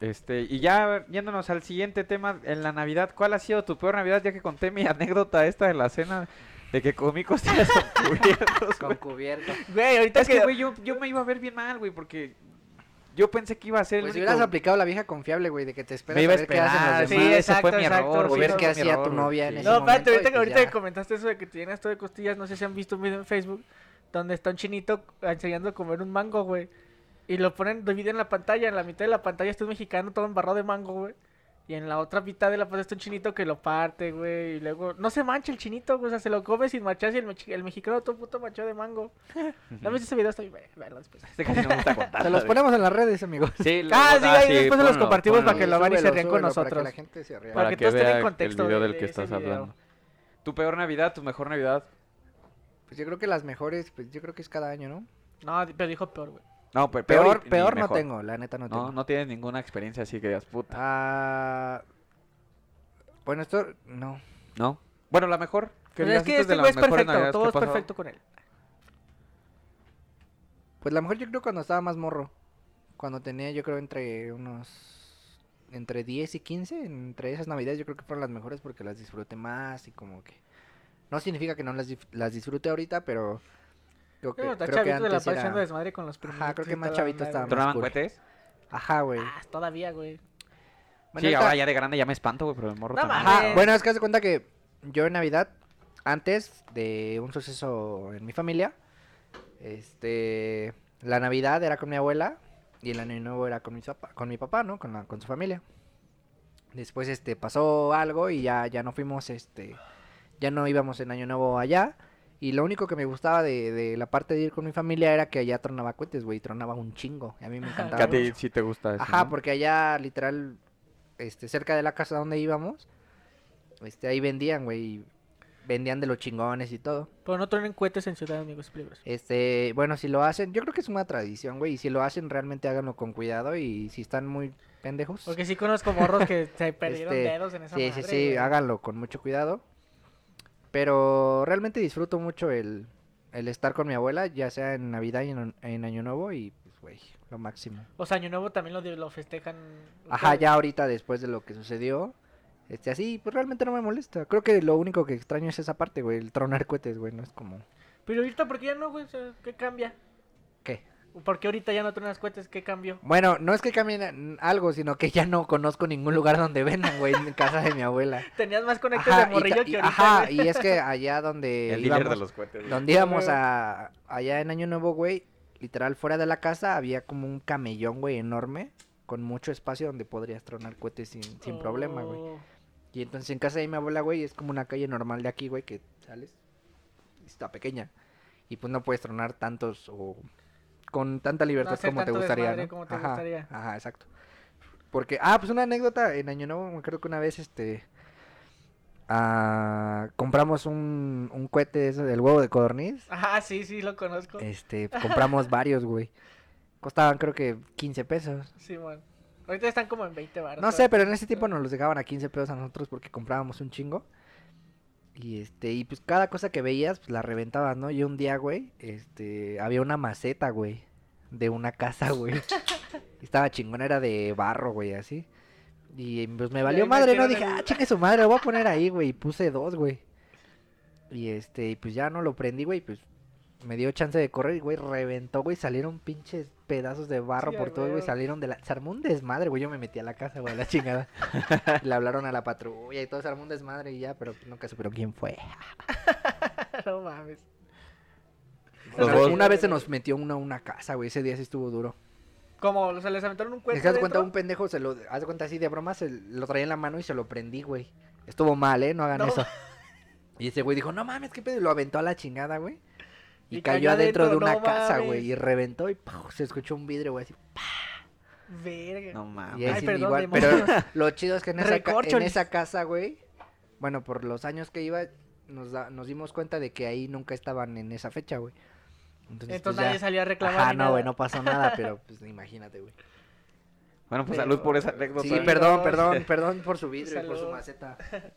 Este, y ya yéndonos al siguiente tema en la Navidad, ¿cuál ha sido tu peor Navidad? Ya que conté mi anécdota esta de la cena de que comí costillas con cubiertos, güey. Con cubierto. Güey, ahorita Es que, güey, yo, yo me iba a ver bien mal, güey, porque yo pensé que iba a ser el Pues si único- hubieras aplicado la vieja confiable, güey, de que te esperas Me iba a a ver qué hacen esperar, los sí, demás. demás. ese fue exacto, mi exacto, error. sí, güey, ver ese qué fue hacía mi error, tu güey, novia en sí. ese No, espérate, momento y ahorita, que- pues ahorita ya. que comentaste eso de que tenías todo de costillas, no sé si han visto un video en Facebook donde está un chinito enseñando a comer un mango, güey. Y lo ponen, dividen la pantalla, en la mitad de la pantalla está un mexicano todo embarrado de mango, güey. Y en la otra mitad de la pantalla está un chinito que lo parte, güey. Y luego, no se mancha el chinito, güey, o sea, se lo come sin marcharse y el, mechi- el mexicano todo puto manchado de mango. ¿No has visto ese video? Está bien, ve- véalo después. Este casi no me gusta contar, Se los güey. ponemos en las redes, amigos. Sí, lo- Ah, sí, ahí después se los ponlo, compartimos para ponlo. que lo vean y se Súbelo, rían con súbelo, Para que nosotros. la gente se ría. Para Para que que todos estén en vea el contexto video de- del de que ese estás video. hablando. Tu peor Navidad, tu mejor Navidad. Pues yo creo que las mejores, pues yo creo que es cada año, ¿no? No, pero dijo peor, güey. No, pe- peor, Peor, y- ni peor no mejor. tengo, la neta no tengo. No, no tienes ninguna experiencia así que digas, puta. Ah, bueno, esto no. ¿No? Bueno, la mejor. Pero digas, es que esta este de güey las es mejores perfecto, navidades que todo es pasó. perfecto con él. Pues la mejor yo creo cuando estaba más morro. Cuando tenía yo creo entre unos... Entre 10 y 15, entre esas navidades yo creo que fueron las mejores porque las disfruté más y como que... No significa que no las, dif- las disfrute ahorita, pero... Creo que, Pero está creo que chavito de la antes pasión de era... desmadre con los primitos. creo que y toda más la chavito madre, estaba güey. ¿Tronaban oscura. cohetes? Ajá, güey. Ah, todavía, güey. Bueno, sí, ahorita- ahora ya de grande ya me espanto, güey, pero el morro No también. mames. Ajá, bueno, es que hace cuenta que yo en Navidad, antes de un suceso en mi familia, este, la Navidad era con mi abuela y el Año Nuevo era con mi, sopa- con mi papá, ¿no? Con, la- con su familia. Después, este, pasó algo y ya, ya no fuimos, este, ya no íbamos en Año Nuevo allá. Y lo único que me gustaba de, de la parte de ir con mi familia era que allá tronaba cohetes, güey, tronaba un chingo. y A mí me encantaba. Que a ti mucho. sí te gusta eso, Ajá, ¿no? porque allá literal, este, cerca de la casa donde íbamos, este, ahí vendían, güey, y vendían de los chingones y todo. Pero no tronen cohetes en Ciudad, amigos, es peligroso. Este, bueno, si lo hacen, yo creo que es una tradición, güey, y si lo hacen realmente háganlo con cuidado y si están muy pendejos, Porque sí conozco morros que se perdieron Este, dedos en esa sí, madre, sí, sí, güey. háganlo con mucho cuidado. Pero realmente disfruto mucho el, el estar con mi abuela, ya sea en Navidad y en, en Año Nuevo y, pues, güey, lo máximo. O sea, Año Nuevo también lo, lo festejan. Ajá, ustedes. ya ahorita después de lo que sucedió. Este, así, pues realmente no me molesta. Creo que lo único que extraño es esa parte, güey. El tronar cohetes, güey. No es como. Pero ahorita, ¿por qué ya no, güey? O sea, ¿Qué cambia? ¿Qué? ¿Por qué ahorita ya no tronas cohetes? ¿Qué cambió? Bueno, no es que cambien a- algo, sino que ya no conozco ningún lugar donde vendan, güey. En casa de mi abuela. Tenías más conectes Ajá, de y ta- morrillo y, que ahorita. ajá, güey. y es que allá donde. El íbamos, dealer de los cohetes. güey. Donde A íbamos huevo. a. Allá en Año Nuevo, güey. Literal, fuera de la casa había como un camellón, güey, enorme. Con mucho espacio donde podrías tronar cohetes sin, sin problema, güey. Oh. Y entonces en casa de mi abuela, güey, es como una calle normal de aquí, güey, que sales. Está pequeña. Y pues no puedes tronar tantos o con tanta libertad hacer como te tanto gustaría. desmadre ¿no? como te ajá, gustaría. ajá, exacto. Porque, ah, pues una anécdota, en Año Nuevo, me acuerdo que una vez, este, ah, compramos un, un cohete de eso, del huevo de codorniz. Ajá, sí, sí, lo conozco. Este, compramos varios, güey. Costaban creo que 15 pesos. Sí, man. Ahorita están como en 20 baros. No sé, pero en ese tiempo nos los dejaban a 15 pesos a nosotros porque comprábamos un chingo. Y este, y pues cada cosa que veías, pues la reventabas, ¿no? Y un día, güey, este, había una maceta, güey, de una casa, güey. Estaba chingona, era de barro, güey, así. Y pues me valió ahí madre, ¿no? metieron Dije, el- ah, chingue su madre, lo voy a poner ahí, güey. Y puse dos, güey. Y este, y pues ya no lo prendí, güey, pues me dio chance de correr y, güey, reventó, güey, salieron pinches pedazos de barro Sí, a por todo, güey, huevo. salieron de la... Se armó un desmadre, güey, yo me metí a la casa, güey, a la chingada. Le hablaron a la patrulla y todo, se armó un desmadre y ya, pero nunca supieron quién fue. no mames. Los Una- dos. Una vez se nos metió uno a una casa, güey, ese día sí estuvo duro. Como, o sea, les aventaron un Es cuento. que haz de cuenta, dentro? un pendejo se lo... Haz de cuenta así de broma, se lo traía en la mano y se lo prendí, güey. Estuvo mal, ¿eh? No hagan No. eso. Y ese güey dijo, no mames, qué pedo, y lo aventó a la chingada, güey. Y, Y cayó, cayó adentro, adentro, de no una casa, güey, mames. y reventó y ¡pau! se escuchó un vidrio, güey, así. Verga. No mames. Y ahí Ay, sí, perdón, igual, demonios. pero lo chido es que en esa, ca- en Recorcholis. esa casa, güey, bueno, por los años que iba, nos, da- nos dimos cuenta de que ahí nunca estaban en esa fecha, güey. Entonces, Entonces pues, nadie ya- salió a reclamar. Ajá, ni no, nada. güey, no pasó nada, pero pues imagínate, güey. Bueno, pues salud por esa anécdota. Sí, Salud. perdón, perdón, perdón por su vidrio y por su Salud. maceta.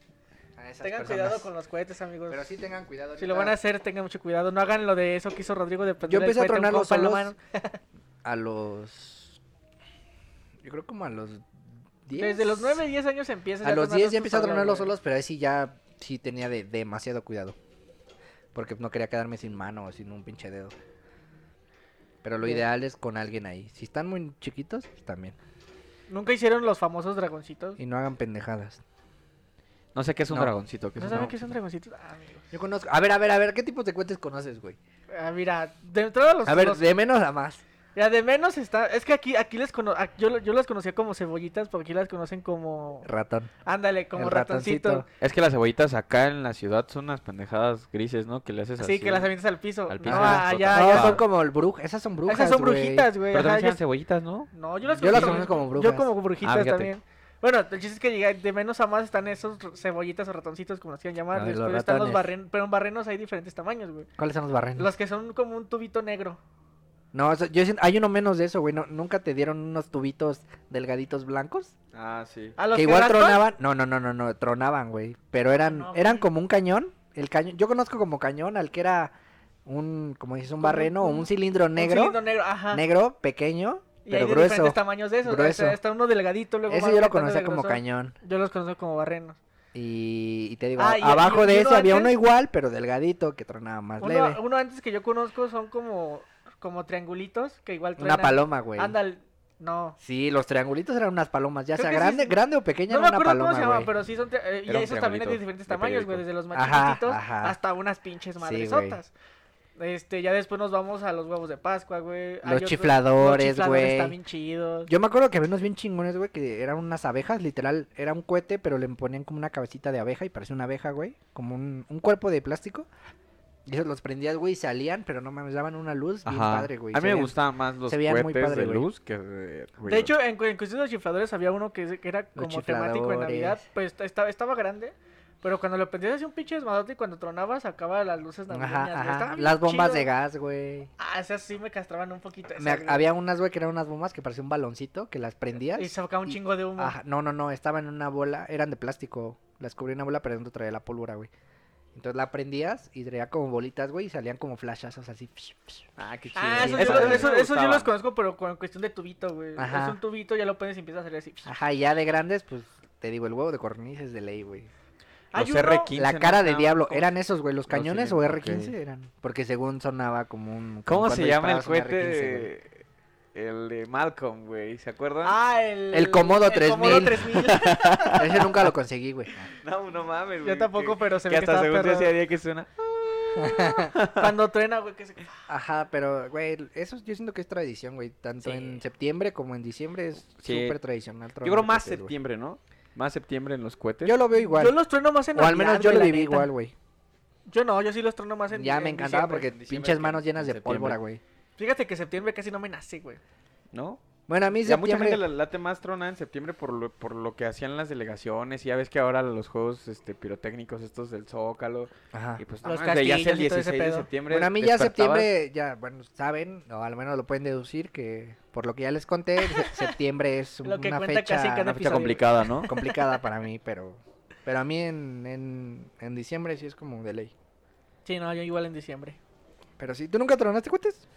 A pues, esas Tengan personas. cuidado con los cohetes, amigos. Pero sí tengan cuidado. Si lo van a ahorita. hacer, tengan mucho cuidado. No hagan lo de eso que hizo Rodrigo de Yo prender el empecé a cohete un tronar los compa en la solos mano. a los... Yo creo como a los 10. Desde los 9, 10 años empiezas A los 10 ya empecé empieza a tronar los solos, pero ahí sí ya sí tenía de, demasiado cuidado. Porque no quería quedarme sin mano o sin un pinche dedo. Pero lo Ya. ideal es con alguien ahí. Si están muy chiquitos, pues también. Nunca hicieron los famosos dragoncitos. Y no hagan pendejadas. No sé qué es un pues No. dragoncito. ¿qué es ¿No un saben qué dragoncito? son dragoncitos? Ah, amigos. Yo conozco. A ver, a ver, a ver, ¿qué tipo de cuentes conoces, güey? Pues Ah, mira, de entrada los, A ver, los- de menos a más. mira, de menos está. Es que aquí, aquí les cono- a- yo, yo las conocía como cebollitas, porque aquí las conocen como. Ratón. Ándale, como El ratoncito. ratoncito. Es que las cebollitas acá en la ciudad son unas pendejadas grises, ¿no? Que le haces así. Sí, que las avientas al piso. Al piso. No, allá, no, allá son son como el brujo. Esas son brujas. Esas son güey. brujitas, güey. Pero ajá, también se yo- llaman cebollitas, ¿no? No, yo las Yo las conozco conozco como brujas. Yo como brujitas Ah, fíjate. también. Bueno, el chiste es que llega- de menos a más están esos r- cebollitas o ratoncitos, como los quieran llamar. Ah, de los Después están los ratones. barrenos, pero en barrenos hay diferentes tamaños, güey. ¿Cuáles son los barrenos? Los que son como un tubito negro. No, eso- yo siento- hay uno menos de eso, güey. No- ¿Nunca te dieron unos tubitos delgaditos blancos? Ah, sí. A los que que igual raspan, tronaban. No, no, no, no, no, tronaban, güey. Pero eran, No, eran güey. como un cañón. El cañón, yo conozco como cañón al que era un, como dices, un Como barreno o un- un cilindro un negro, cilindro negro, ajá. negro, pequeño, y hay pero de grueso. diferentes tamaños de esos. o sea, grueso. está uno delgadito, luego Ese más yo lo grande, conocía como grosor. cañón. Yo los conozco como barrenos. Y, y te digo, Ah, y- abajo y- y de uno ese había uno antes- igual, pero delgadito, que tronaba más leve. Uno, uno antes que yo conozco son como, como triangulitos que igual traen. Una paloma, güey. Ándale, no. Sí, los triangulitos eran unas palomas, ya Creo sea que sí grande, es- grande o pequeña, No me era una acuerdo cómo se paloma, llama, güey. pero sí son. tri- eh, y Era un esos también hay de triangulito diferentes de tamaños, güey. periódico. Desde los más Ajá, chiquititos ajá. hasta unas pinches Sí, madresotas. este, ya después nos vamos a los huevos de Pascua, güey. Los chifladores, güey. Están bien chidos. Yo me acuerdo que había unos bien chingones, güey, que eran unas abejas, literal, era un cohete, pero le ponían como una cabecita de abeja y parecía una abeja, güey, como un, un cuerpo de plástico. Y esos los prendías, güey, y salían, pero no mames, daban una luz bien Ajá. padre, güey. A se mí me veían- gustaban más los se veían muy cohetes padre, de güey. luz que de De hecho, en, cu- en cuestión de los chifladores había uno que, se- que era como temático de Navidad. chifladores. Pues estaba, estaba grande. Pero cuando lo prendías hacía un pinche desmadote y cuando tronaba sacaba las luces navideñas. Ajá, güey. ajá, Estaba bien Las bombas chido. de gas, güey. Ah, esas sí me castraban un poquito. Me- esas, güey. había unas, güey, que eran unas bombas que parecía un baloncito, que las prendías. Y sacaba un y- chingo de humo. Ajá, no, no, no, estaba en una bola, eran de plástico, las cubría una bola, pero dentro traía la pólvora, güey. Entonces la prendías y traía como bolitas, güey, y salían como flashazos así. psh, psh. Ah, qué chido. Ah, Sí, eso, eso yo, lo- también eso- me eso yo los gustaban. conozco, pero con cuestión de tubito, güey. Ajá. Ah, Es un tubito, ya lo pones y empieza a salir así. Ajá, y ya de grandes, pues te digo, el huevo de corniz es de ley, güey. Hay Los uno- R15. La no cara de estaban diablo, como- ¿eran esos, güey, los cañones o cilindros, R15 ok. eran? Porque según sonaba como un... como ¿Cómo cuando se llama el disparabas un cohete? R15, güey. de- El de Malcolm, güey. ¿Se acuerdan? Ah, el... El Comodo El Comodo 3000. 3000. Ese nunca lo conseguí, güey. No, no mames, güey. Yo tampoco, que- pero se Que ve que hasta estaba según yo perro. hacía día que suena. Cuando truena, güey, que se... Ajá, pero, güey, eso yo siento que es tradición, güey. Tanto Sí. en septiembre como en diciembre es Sí. súper tradicional. Yo creo más septiembre. septiembre, ¿no? Más septiembre en los cohetes. Yo lo veo igual. Yo los trueno más en O al menos Navidad, yo güey, lo la viví neta. igual, güey. Yo no, yo sí los trueno más en Ya me en encantaba diciembre. porque en diciembre pinches que manos llenas en de pólvora, septiembre. güey. Fíjate que septiembre casi no me nace, güey. ¿No? Bueno, a mí Ya mucha gente septiembre... la late más trona en septiembre por lo, por lo que hacían las delegaciones. Y ya ves que ahora los juegos este, pirotécnicos estos del Zócalo. Ajá. Y pues Los no, mames, ya es el castillos y todo ese 16 de pedo. septiembre. Ah. Bueno, a mí ya despertabas- septiembre, ya, bueno, saben, o al menos lo pueden deducir, que por lo que ya les conté, se- septiembre es Lo que una cuenta fecha, casi cada una Una fecha fecha episodio. complicada, ¿no? complicada para mí, pero pero a mí en, en, en diciembre sí es como de ley. Sí, no, yo igual en diciembre. Pero sí, ¿tú nunca tronaste cohetes?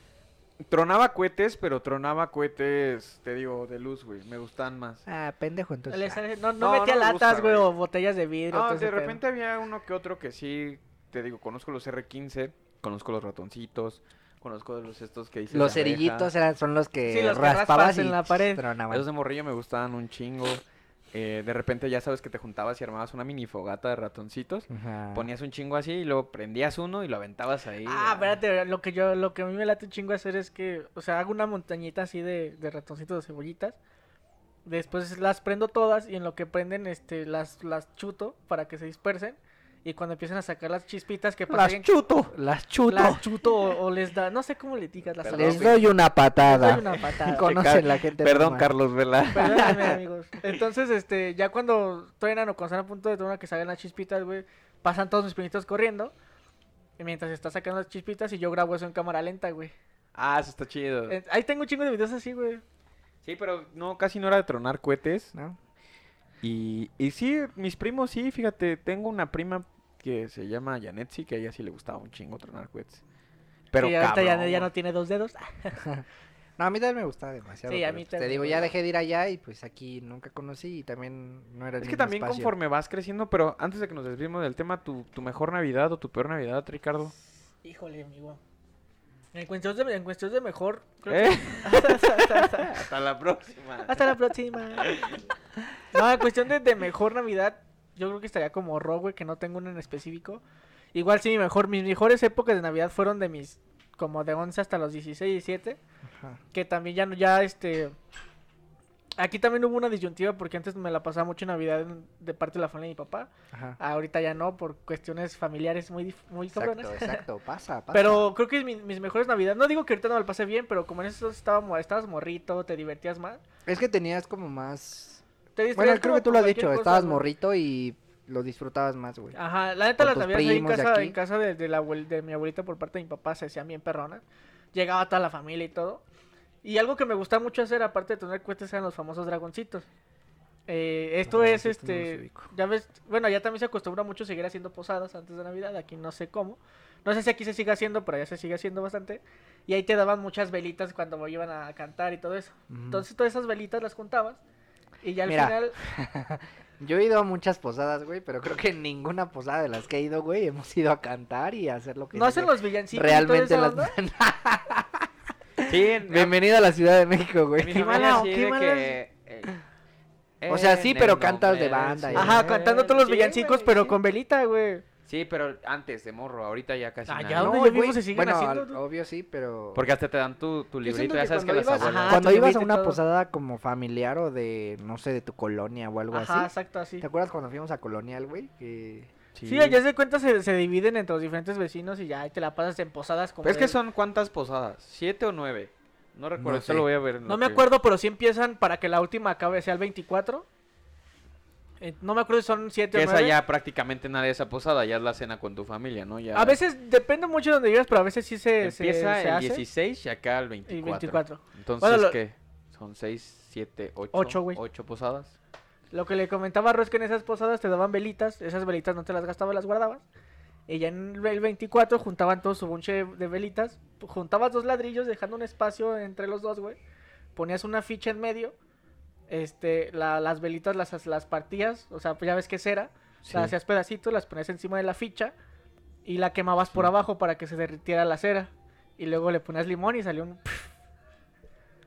Tronaba cohetes, pero tronaba cohetes, te digo, de luz, güey. Me gustan más. Ah, pendejo, entonces. ah. Les- No, no, No, metía no me gusta, latas, güey, güey. o botellas de vidrio. Ah, todo de ese pedo. repente había uno que otro que sí, te digo, conozco los R15, conozco los ratoncitos, conozco los estos que dicen. Los cerillitos eran, son los que Sí, los que raspabas raspas y en la ch- pared. tronaban. Esos de morrillo me gustaban un chingo. Eh, de repente ya sabes que te juntabas y armabas una mini fogata de ratoncitos. Ajá. Ponías un chingo así y luego prendías uno y lo aventabas ahí. Ah, a- espérate, lo que yo, lo que a mí me late un chingo hacer es que, o sea, hago una montañita así de, de ratoncitos de cebollitas. Después las prendo todas y en lo que prenden, este, las, las chuto para que se dispersen. Y cuando empiezan a sacar las chispitas que Las pasen, chuto, las chuto. las chuto o, o les da, no sé cómo le digas, las Perdón, Les les güey. doy una patada. doy una patada. Conocen la gente. Perdón, normal. Carlos Vela. Perdónenme, amigos. Entonces, este, ya cuando truenan o cuando están a punto de tronar que salgan las chispitas, güey, pasan todos mis primitos corriendo. Y mientras está sacando las chispitas y yo grabo eso en cámara lenta, güey. Ah, eso está chido. Eh, Ahí tengo un chingo de videos así, güey. Sí, pero no, casi no era de tronar cohetes. ¿No? Y, y sí, mis primos sí, fíjate, tengo una prima que se llama Janetsi, que a ella sí le gustaba un chingo tronar cohetes. Pero Sí, ahorita ya, cabrón, ya no tiene dos dedos. Ah, No, a mí también me gustaba demasiado. Sí, a pero mí pues Te también digo, me ya gustaba. dejé de ir allá y pues aquí nunca conocí y también no era el Es que mismo también espacio. conforme vas creciendo, pero antes de que nos desviemos del tema, tu, tu mejor Navidad o tu peor Navidad, Ricardo. Híjole, amigo. En cuestión de, en cuestión de mejor, creo ¿Eh? que... Hasta la próxima. Hasta la próxima. No, en cuestión de, de mejor Navidad, yo creo que estaría como Ro, güey, que no tengo uno en específico. Igual sí, mi mejor, mis mejores épocas de Navidad fueron de mis, como de 11 hasta los 16, 17. Ajá. Que también ya, no- ya, este... Aquí también hubo una disyuntiva porque antes me la pasaba mucho en Navidad en- de parte de la familia de mi papá. Ajá. Ahorita ya no, por cuestiones familiares muy, dif- muy cabronas. Exacto, exacto. Pasa, pasa. Pero creo que mi- mis mejores Navidades, no digo que ahorita no me la pasé bien, pero como en esos estabas, estabas morrito, te divertías más. Es que tenías como más te distraes Bueno, creo como que tú por lo has cualquier dicho, cosa, estabas ¿no? Ah, morrito y lo disfrutabas más, güey. Ajá, la neta con las tus navidades ahí en primos de casa, aquí. en casa de, de la abuel- de mi abuelita por parte de mi papá se hacían bien perronas. Llegaba toda la familia y todo. Y algo que me gustaba mucho hacer, aparte de tener cohetes, eran los famosos dragoncitos. Eh, esto es dragoncitos no los este. ubico. ya ves, bueno, ya también se acostumbra mucho seguir haciendo posadas antes de Navidad. Aquí no sé cómo. No sé si aquí se sigue haciendo, pero allá se sigue haciendo bastante. Y ahí te daban muchas velitas cuando iban a cantar y todo eso. Ujú. Entonces todas esas velitas las juntabas. Y ya al Mira. final. Yo he ido a muchas posadas, güey, pero creo que en ninguna posada de las que he ido, güey, hemos ido a cantar y a hacer lo que ¿No se hacen le- los villancicos? y toda eh, realmente esa las... onda? Sí, en, Bienvenido a la Ciudad de México, en mi güey. Qué familia mala- sí, qué de mala- que, eh, O sea, sí, en pero el cantas de nombre banda y- Ajá, cantando todos los Sí, villancicos, güey, pero sí. con velita, güey. Sí, pero antes de morro, ahorita ya casi Ah, nada. ya, ¿no? ¿dónde güey, vivimos se siguen bueno, haciendo, al- tú? obvio sí, pero... Porque hasta te dan tu, tu librito, siento ya que sabes que cuando las ibas- abuelas... Ajá. Cuando tu ibas a librito y una Ah, todo. posada como familiar o de, no sé, de tu colonia o algo Ajá, así. exacto, así. ¿Te acuerdas cuando fuimos a Colonial, güey? Que... Sí, ya se cuenta, se, se dividen entre los diferentes vecinos y ya ahí te la pasas en posadas como. Pero es que de- son cuántas posadas, siete o nueve. No recuerdo, No esto sé. lo voy a ver. en No lo me que- acuerdo, pero sí empiezan para que la última acabe, sea el 24. Eh, no me acuerdo si son 7 Que o esa 9. ya prácticamente nada de esa posada, ya es la cena con tu familia, ¿no? Ya A veces depende mucho de donde vivas, pero a veces sí se, se- empieza se, el hace. 16 y acá el 24. Y 24. Entonces, Bueno, lo- ¿qué? Son 6, 7, 8. Ocho, güey. posadas. Lo que le comentaba a Ro es que en esas posadas te daban velitas, esas velitas no te las gastabas, las guardabas. Y ya en el 24 juntaban todo su bunche de velitas, pu- juntabas dos ladrillos dejando un espacio entre los dos, güey. Ponías una ficha en medio, este, la- las velitas las, las partías, o sea, pues ya ves que cera, Sí. las hacías pedacitos, las ponías encima de la ficha y la quemabas por abajo para que se derritiera la cera. Y luego le ponías limón y salió un...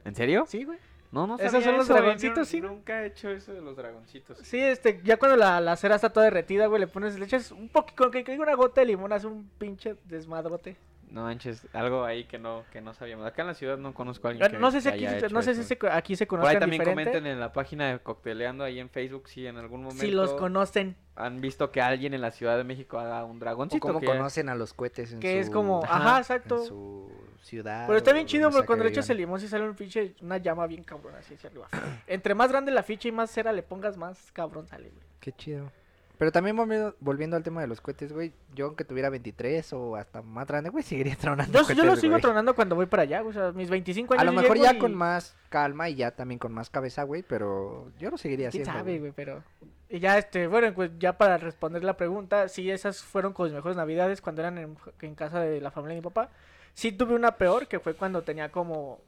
¿En serio? Sí, güey. No, no Esos sabía son los eso, güey, dragoncitos, yo sí. Nunca he hecho eso de los dragoncitos. Sí, este, ya cuando la, la cera está toda derretida, güey, le pones, le echas un poquito, con que caiga una gota de limón, hace un pinche desmadrote. No manches, algo ahí que no, que no sabíamos. Acá en la ciudad no conozco a alguien Bueno, que Ah, no sé si que aquí, haya se- hecho no sé si eso. se- aquí se Por ahí conozcan también diferente, comenten en la página de Cocteleando ahí en Facebook si en algún momento si los conocen, han visto que alguien en la Ciudad de México haga un O dragoncito. cómo que- conocen a los cohetes en que es su- como, en ajá, Ajá, exacto. su ciudad. Pero está o bien donde chido sea porque que cuando le echas vivan. el limón sí sale un pinche, una llama bien cabrona, así hacia arriba. Entre más grande la ficha y más cera le pongas, más cabrón sale, güey. Qué chido. Pero también volviendo, volviendo al tema de los cohetes, güey, yo aunque tuviera 23 o hasta más grande, güey, seguiría tronando Yo, yo lo cohetes, sigo güey. tronando cuando voy para allá, güey, o sea, mis 25 años A lo yo mejor llego ya y- con más calma y ya también con más cabeza, güey, pero yo lo seguiría ¿Quién haciendo. sabe, güey? Pero... Y ya, este, bueno, pues ya para responder la pregunta, sí, esas fueron con mis mejores navidades cuando eran en, en casa de la familia de mi papá. Sí tuve una peor, que fue cuando tenía como...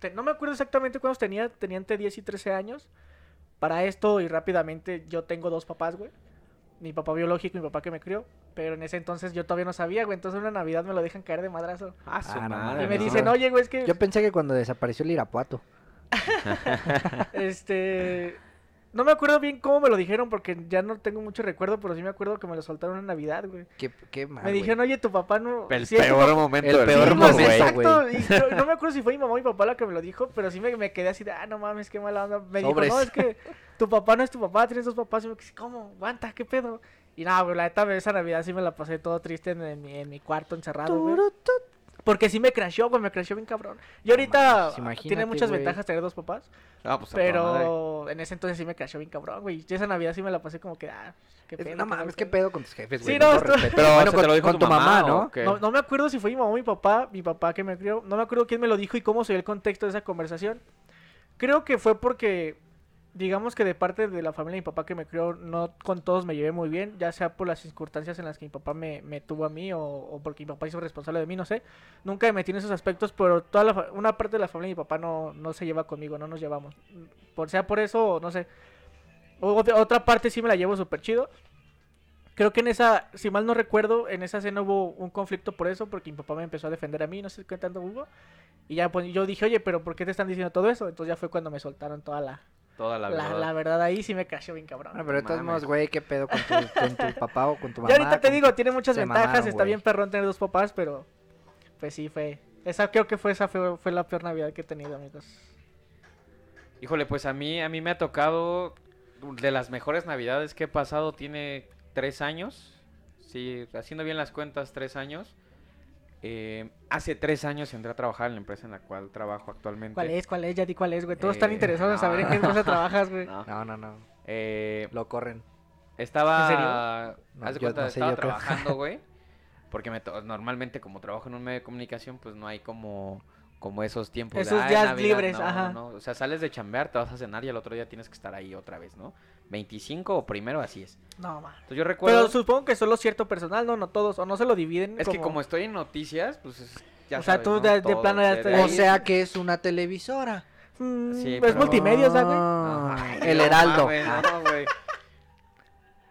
te- no me acuerdo exactamente cuántos tenía, tenía entre 10 y 13 años. Para esto, y rápidamente, yo tengo dos papás, güey. Mi papá biológico y mi papá que me crió. Pero en ese entonces yo todavía no sabía, güey. Entonces una Navidad me lo dejan caer de madrazo. Ah, su Ah, no madre. Y mames, me no. dicen, oye, güey, es que... Yo pensé que cuando desapareció el Irapuato. Este. No me acuerdo bien cómo me lo dijeron porque ya no tengo mucho recuerdo, pero sí me acuerdo que me lo soltaron en Navidad, güey. Qué, qué mal, me Ah, güey. dijeron, oye, tu papá no. El sí, es tu peor papá". momento El del peor Sí, mundo, no, momento, sí, güey. exacto. Y yo- no me acuerdo si fue mi mamá o mi papá la que me lo dijo, pero sí me, me quedé así de, ah, no mames, qué mala onda. Me Sobres. dijo, no, es que tu papá no es tu papá, tienes dos papás. Y me quedé, ¿cómo? Aguanta, qué pedo. Y nada, güey, la neta, esa Navidad sí me la pasé todo triste en, en mi, en mi cuarto encerrado, güey. Porque sí me crasheó, güey, me crasheó bien cabrón. Y ahorita mames, imagínate, tiene muchas güey. ventajas tener dos papás. Ah, pues, a toda madre. Pero en ese entonces sí me crashó bien cabrón, güey. Y esa Navidad sí me la pasé como que, ah, qué Es- pedo. no qué mal mames, qué pedo. pedo con tus jefes, güey. Sí, con no, todo esto- respeto. Pero bueno, se con, te lo dijo con tu mamá, ¿no? ¿o qué? No, no me acuerdo si fue mi mamá o mi papá, mi papá que me crió. No me acuerdo quién me lo dijo y cómo se dio el contexto de esa conversación. Creo que fue porque, digamos que de parte de la familia de mi papá que me crió, no con todos me llevé muy bien, ya sea por las circunstancias en las que mi papá me, me tuvo a mí o, o porque mi papá hizo responsable de mí, no sé. Nunca me metí en esos aspectos, pero toda la fa- una parte de la familia de mi papá no, no se lleva conmigo, no nos llevamos. Por sea por eso, no sé. O- ot- otra parte sí me la llevo súper chido. Creo que en esa, si mal no recuerdo, en esa cena hubo un conflicto por eso, porque mi papá me empezó a defender a mí, no sé qué tanto hubo. Y ya pues, yo dije, oye, pero ¿por qué te están diciendo todo eso? Entonces ya fue cuando me soltaron toda la, Toda la, la, la verdad. verdad. ahí, sí me cayó bien cabrón. Bueno, Ah, pero de todos Mames. modos, güey, qué pedo con tu, con tu papá o con tu mamá. Ya ahorita te con- digo, tiene muchas se ventajas, mamaron, está güey. bien perrón tener dos papás, pero pues sí, fue... Esa creo que fue esa fue, fue la peor Navidad que he tenido, amigos. Híjole, pues a mí, a mí me ha tocado de las mejores navidades que he pasado. Tiene tres años. Sí, haciendo bien las cuentas, tres años. Eh, hace tres años entré a trabajar en la empresa en la cual trabajo actualmente. ¿Cuál es? ¿Cuál es? Ya di cuál es, güey. Todos están Eh, interesados en saber en qué empresa trabajas, güey. No. No, no, no. Eh, Lo corren. Estaba. ¿En serio? No, haz de yo cuenta, no sé, estaba yo creo. trabajando, güey. Porque me to- normalmente, como trabajo en un medio de comunicación, pues no hay como, como esos tiempos de, Esos "Ah, es días Navidad". libres, No, no, ajá. no. O sea, sales de chambear, te vas a cenar y al otro día tienes que estar ahí otra vez, ¿no? 25 o primero, así es. No, man. Entonces yo recuerdo. Pero supongo que solo cierto personal, no, no todos. O no se lo dividen. Es que como estoy en noticias, pues es- ya O sea, sabes, tú ¿no? de- de Todo, plano ya ser te- ahí. O sea que es una televisora. Mm, Sí, es pero- multimedia, ¿sabes, güey? Ah, Ay, El no Heraldo. mames, Ah, no, güey.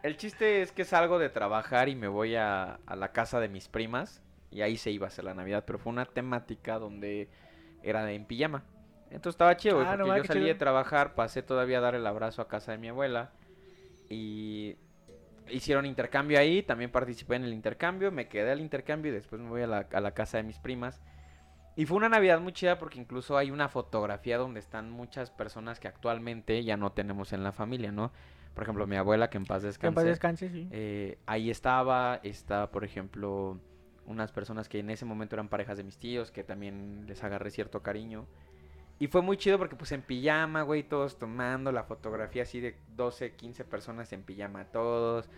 El chiste es que salgo de trabajar y me voy a, a la casa de mis primas. Y ahí se iba a hacer la Navidad, pero fue una temática donde era en pijama. Entonces estaba chido, güey, Ah, no porque mames, yo qué salí de chido. trabajar, pasé todavía a dar el abrazo a casa de mi abuela. Y hicieron intercambio ahí, también participé en el intercambio, me quedé al intercambio y después me voy a la, a la casa de mis primas. Y fue una Navidad muy chida porque incluso hay una fotografía donde están muchas personas que actualmente ya no tenemos en la familia, ¿no? Por ejemplo, mi abuela que en paz Que descanse. en paz descanse, sí. eh, ahí estaba, está por ejemplo unas personas que en ese momento eran parejas de mis tíos, que también les agarré cierto cariño. Y fue muy chido porque pues en pijama, güey, todos tomando la fotografía así de 12, 15 personas en pijama todos.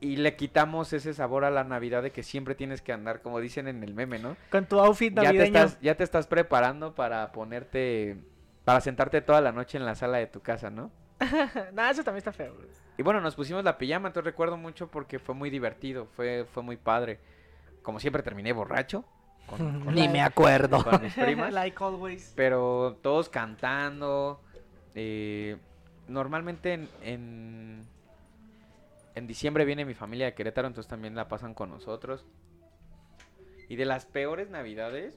Y le quitamos ese sabor a la Navidad de que siempre tienes que andar, como dicen en el meme, ¿no? Con tu outfit Ya te, navideño. estás, ya te estás preparando para ponerte, para sentarte toda la noche en la sala de tu casa, ¿no? Nah, eso también está feo, güey. Y bueno, nos pusimos la pijama, entonces recuerdo mucho porque fue muy divertido, fue, fue muy padre. Como siempre terminé borracho con, con- Ni me acuerdo. con mis primas, like always. pero todos cantando. eh, normalmente en, en, en diciembre viene mi familia de Querétaro, entonces también la pasan con nosotros. Y de las peores navidades,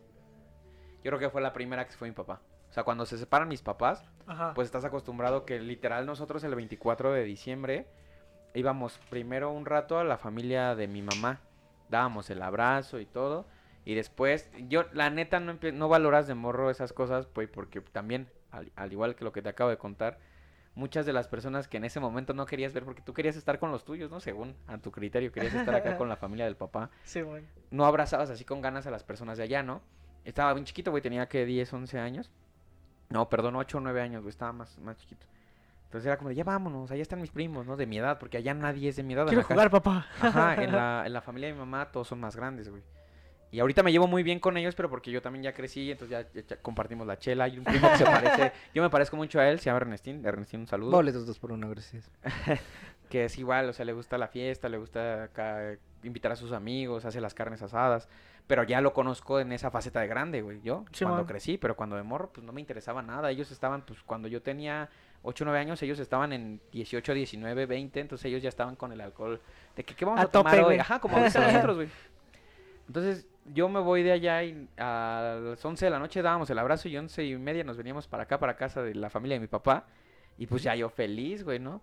yo creo que fue la primera que fue mi papá. O sea, cuando se separan mis papás, Ajá. pues estás acostumbrado que literal nosotros el 24 de diciembre íbamos primero un rato a la familia de mi mamá, dábamos el abrazo y todo, y después yo la neta no, empie- no valoras de morro esas cosas, pues porque también, al, al igual que lo que te acabo de contar, muchas de las personas que en ese momento no querías ver, porque tú querías estar con los tuyos, ¿no? Según a tu criterio, querías estar acá con la familia del papá sí, güey. no abrazabas así con ganas a las personas de allá, ¿no? Estaba bien chiquito, güey, tenía que 10, 11 años. No, perdón, 8 o 9 años, güey, estaba más, más chiquito. Entonces era como, de, ya vámonos, allá están mis primos, ¿no? De mi edad, porque allá nadie es de mi edad. en Quiero la casa- jugar, papá. Ajá, en la, en la familia de mi mamá todos son más grandes, güey. Y ahorita me llevo muy bien con ellos, pero porque yo también ya crecí, entonces ya, ya- ya compartimos la chela. Hay un primo que se parece, yo me parezco mucho a él, se llama Ernestín. Ernestín, un saludo Boletos dos por uno, gracias. que es igual, o sea, le gusta la fiesta, le gusta acá invitar a sus amigos, hace las carnes asadas, pero ya lo conozco en esa faceta de grande, güey, yo, cuando Simón. crecí, pero cuando de morro, pues no me interesaba nada, ellos estaban, pues cuando yo tenía 8 o 9 años, ellos estaban en 18, 19, 20, entonces ellos ya estaban con el alcohol, de que, ¿qué vamos a, A tomar tope, hoy? güey. Ajá, como ahorita nosotros, güey. Entonces, yo me voy de allá y a las 11 de la noche dábamos el abrazo y 11 y media nos veníamos para acá, para casa de la familia de mi papá, y pues ya yo feliz, güey, ¿no?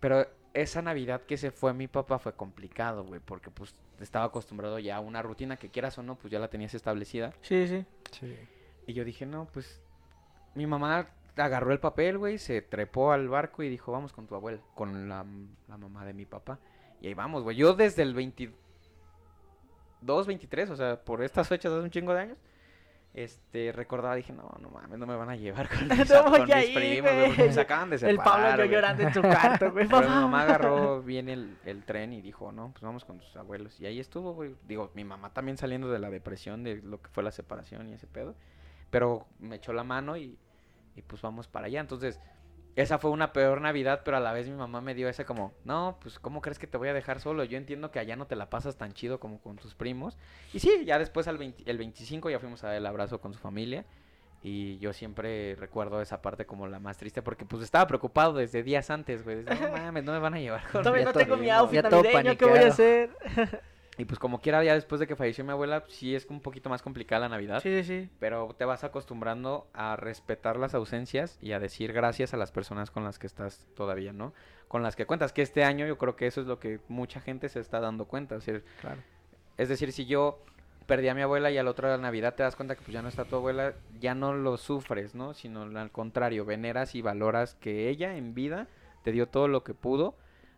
Pero esa Navidad que se fue mi papá fue complicado, güey, porque pues estaba acostumbrado ya a una rutina que quieras o no, pues ya la tenías establecida. Sí, sí. Y yo dije, no, pues mi mamá agarró el papel, güey, se trepó al barco y dijo, vamos con tu abuela, con la, la mamá de mi papá. Y ahí vamos, güey. Yo desde el 22, 23, o sea, por estas fechas hace un chingo de años, este, recordaba, dije, no, no mames, no me van a llevar con mis, No con voy mis a ir, primos, güey, porque güey. se acaban de El separar. Pablo yo güey. llorando en su cuarto, güey. Pero mi Papá. mamá agarró bien el, el tren y dijo, no, pues vamos con tus abuelos. Y ahí estuvo, güey. Digo, mi mamá también saliendo de la depresión, de lo que fue la separación y ese pedo. Pero me echó la mano y, y pues vamos para allá. Entonces, esa fue una peor Navidad, pero a la vez mi mamá me dio esa como, no, pues ¿cómo crees que te voy a dejar solo? Yo entiendo que allá no te la pasas tan chido como con tus primos. Y sí, ya después al 20 el 25 ya fuimos a dar el abrazo con su familia. Y yo siempre recuerdo esa parte como la más triste porque pues estaba preocupado desde días antes, güey. Desde, No mames, no me van a llevar con Todavía Ya no todo- tengo mi ya outfit todo navideño. ¿Qué voy a paniqueado. hacer? Y pues como quiera, ya después de que falleció mi abuela, sí es un poquito más complicada la Navidad. Sí, sí, sí. Pero te vas acostumbrando a respetar las ausencias y a decir gracias a las personas con las que estás todavía, ¿no? Con las que cuentas, que este año yo creo que eso es lo que mucha gente se está dando cuenta. o sea, Claro. es decir, si yo perdí a mi abuela y al otro de la Navidad te das cuenta que pues ya no está tu abuela, ya no lo sufres, ¿no? Sino al contrario, veneras y valoras que ella en vida te dio todo lo que pudo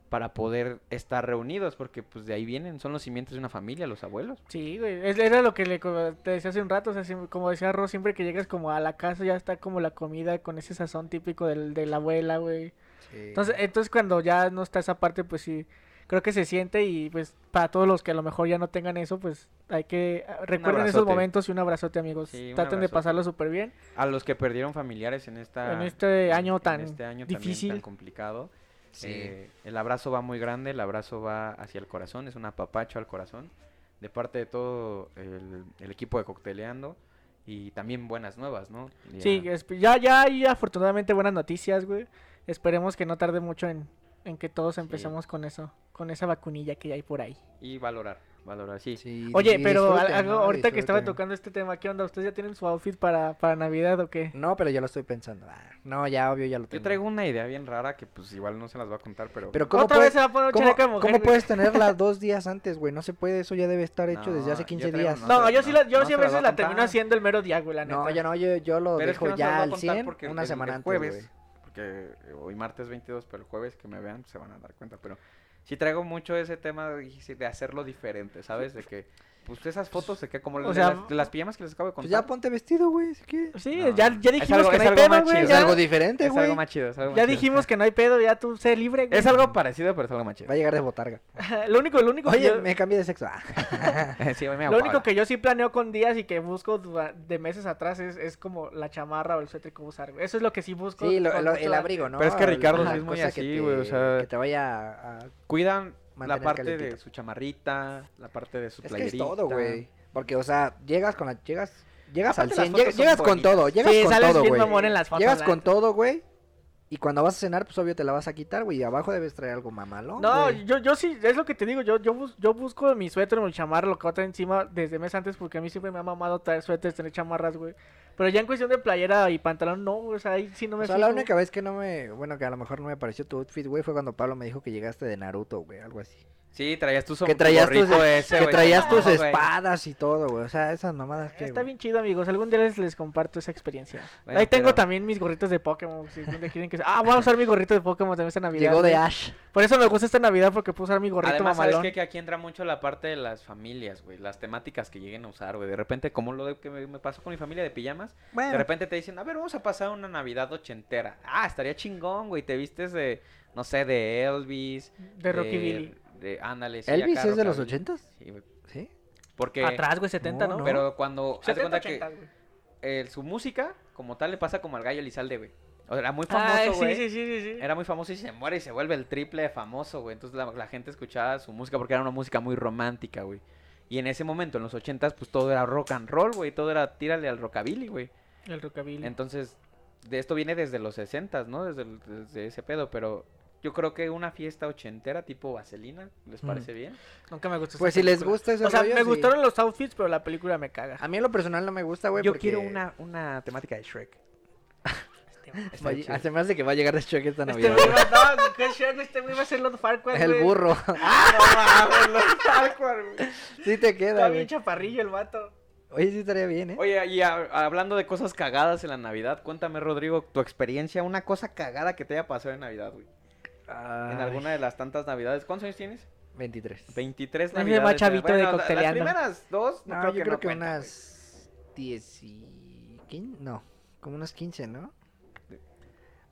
para poder estar reunidos, porque pues de ahí vienen, son los cimientos de una familia, los abuelos. Sí, güey. es- Era lo que le, co- te decía hace un rato. O sea, siempre- como decía Ro, siempre que llegas como a la casa ya está como la comida con ese sazón típico del, de la abuela, güey. Entonces, eh, entonces cuando ya no está esa parte, pues sí, creo que se siente y pues para todos los que a lo mejor ya no tengan eso, pues hay que ah, recuerden esos abrazote. momentos y un abrazote amigos. Sí, un Traten de abrazote. pasarlo súper bien. A los que perdieron familiares en esta En este año en tan este año también difícil. tan complicado. Sí. Eh, el abrazo va muy grande, el abrazo va hacia el corazón, es un apapacho al corazón. De parte de todo el, el equipo de Cocteleando. Y también buenas nuevas, ¿no? Ya- Sí, esp- ya, ya hay afortunadamente buenas noticias, güey. Esperemos que no tarde mucho en, en que todos empecemos con eso, con esa vacunilla que hay por ahí. Y valorar, valorar, sí. Sí, Oye, y pero disfruten, algo- ¿no? ahorita que estaba Disfruten. tocando este tema, ¿qué onda? ¿Ustedes ya tienen su outfit para, para Navidad o qué? No, pero ya lo estoy pensando. Ah, No, ya obvio, ya lo tengo. Yo traigo una idea bien rara que pues igual no se las va a contar, pero... Pero ¿cómo, Otra puede- vez se va a poner un cómo- chaleco de mujer, cómo güey. puedes tenerla dos días antes, güey? No se puede, eso ya debe estar hecho No, desde hace yo 15 traigo días. una- No, se- yo sí, no, la, yo no se sí a las va veces a la termino contar. haciendo el mero día, güey, la neta. Ah. No, ya no, yo, yo lo Pero es dejo que no se las ya va a al contar 100 porque una el- semana el antes, jueves, güey. Porque eh, hoy martes 22, pero el jueves que me vean pues, se van a dar cuenta. Pero sí traigo mucho ese tema de, de hacerlo diferente, ¿sabes? De que, pues esas fotos de que como O de sea, las, de las pijamas que les acabo de Pues contar. ya ponte vestido, güey, si quieres. Sí, No, ya, no. ya Es dijimos algo- que no es hay algo pedo, más güey. chido, Es Pues Ya, algo diferente, es güey. algo más chido, es algo más ya chido. dijimos que no hay pedo, ya tú sé libre, güey. Es algo parecido, pero es algo más chido. Va a llegar de botarga. lo único, lo único, que Oye, yo- me cambié de sexo. Ah, Sí, me lo único que yo sí planeo con días y que busco dura- de meses atrás es, es como la chamarra o el suéter que voy a usar, güey. Eso es lo que sí busco. sí, lo- con lo- mucho el antes. abrigo, ¿no? Pero es que La- Ricardo la sí es muy cosa que así, te- güey, o sea- Que te vaya a... Cuidan la Mantener parte de calentito. su chamarrita, la parte de su Es que es playerita. todo, güey. Porque, o sea, llegas con la... Llegas... Llegas al Aparte, las 100, fotos llegas, son llegas con bonitas. todo, llegas Sí, con sales todo, bien güey. mamón en las fotos. Llegas la con neta. todo, güey. Y cuando vas a cenar, pues obvio te la vas a quitar, güey. Y abajo debes traer algo mamalón. No, güey. yo, yo sí, es lo que te digo, yo, yo, bus- yo busco mi suéter, mi chamarra, lo que va a traer encima desde meses antes, porque a mí siempre me ha mamado traer suéteres, tener chamarras, güey. Pero ya en cuestión de playera y pantalón, no, güey, o sea, ahí sí no me O sea, la fijo. única vez que no me. Bueno, que a lo mejor no me pareció tu outfit, güey, fue cuando Pablo me dijo que llegaste de Naruto, güey, algo así. Sí, traías tu Que traías tus, sombrero ese, que güey, traías tus güey. espadas y todo, güey. O sea, esas mamadas que. Está güey. bien chido, amigos. Algún día les, les comparto esa experiencia. Bueno, Ahí tengo pero- también mis gorritos de Pokémon. Si algún día quieren que... Ah, voy a usar mi gorrito de Pokémon también esta Navidad. Llegó de güey. Ash. Por eso me gusta esta Navidad, porque puedo usar mi gorrito Además, ¿sabes mamalón. qué? Que aquí entra mucho la parte de las familias, güey. Las temáticas que lleguen a usar, güey. De repente, como lo de que me me pasó con mi familia de pijamas, de Eh. Bueno, repente te dicen, a ver, vamos a pasar una Navidad ochentera. Ah, estaría chingón, güey. Te vistes de, no sé, de Elvis. De Eh, Rockabilly. De, ándale. sí, Elvis acá, es de los rockabilly. ochentas, Sí, güey. ¿sí. Porque... Atrás, güey, 70, ¿no? No, no. Pero cuando... haz de 70, cuenta que 80, güey. eh, su música, como tal, le pasa como al gallo Elizalde, güey. O sea, era muy Ah, famoso, güey. sí, sí, sí, sí, sí. Era muy famoso y se muere y se vuelve el triple de famoso, güey. Entonces la, la gente escuchaba su música porque era una música muy romántica, güey. Y en ese momento, en los ochentas, pues todo era rock and roll, güey. Todo era tírale al rockabilly, güey. El rockabilly. Entonces, de esto viene desde los sesentas, ¿no? Desde, el- desde ese pedo, pero yo creo que una fiesta ochentera tipo vaselina, ¿les Ujú. parece bien? Nunca me gustó. Pues esa si les película. gusta ese O sea, rollo, me sí. Ah, gustaron los outfits, pero la película me caga. A mí en lo personal no me gusta, güey. yo porque- quiero una, una temática de Shrek. ¿eh? Va- Está chido. Se me hace que va a llegar de Shrek esta Este Navidad. güey va, no, qué chido, este güey va a ser Lord Farquaad, El güey. burro. Ah, no mames, Lord Farquaad, güey. sí te Está queda, bien güey. chaparrillo el vato. Oye, sí estaría bien, ¿eh? Oye, y a- hablando de cosas cagadas en la Navidad, cuéntame, Rodrigo, tu experiencia, una cosa cagada que te haya pasado en Navidad, güey. En Ay, alguna de las tantas Navidades. ¿cuántos años tienes? 23. 23 No es de Navidades. eh, más chavito Bueno, de la- Las cocteleando. primeras dos, no No, creo yo que creo no que cuentan, güey. unas 10 y... quin- No, como unas 15, ¿no?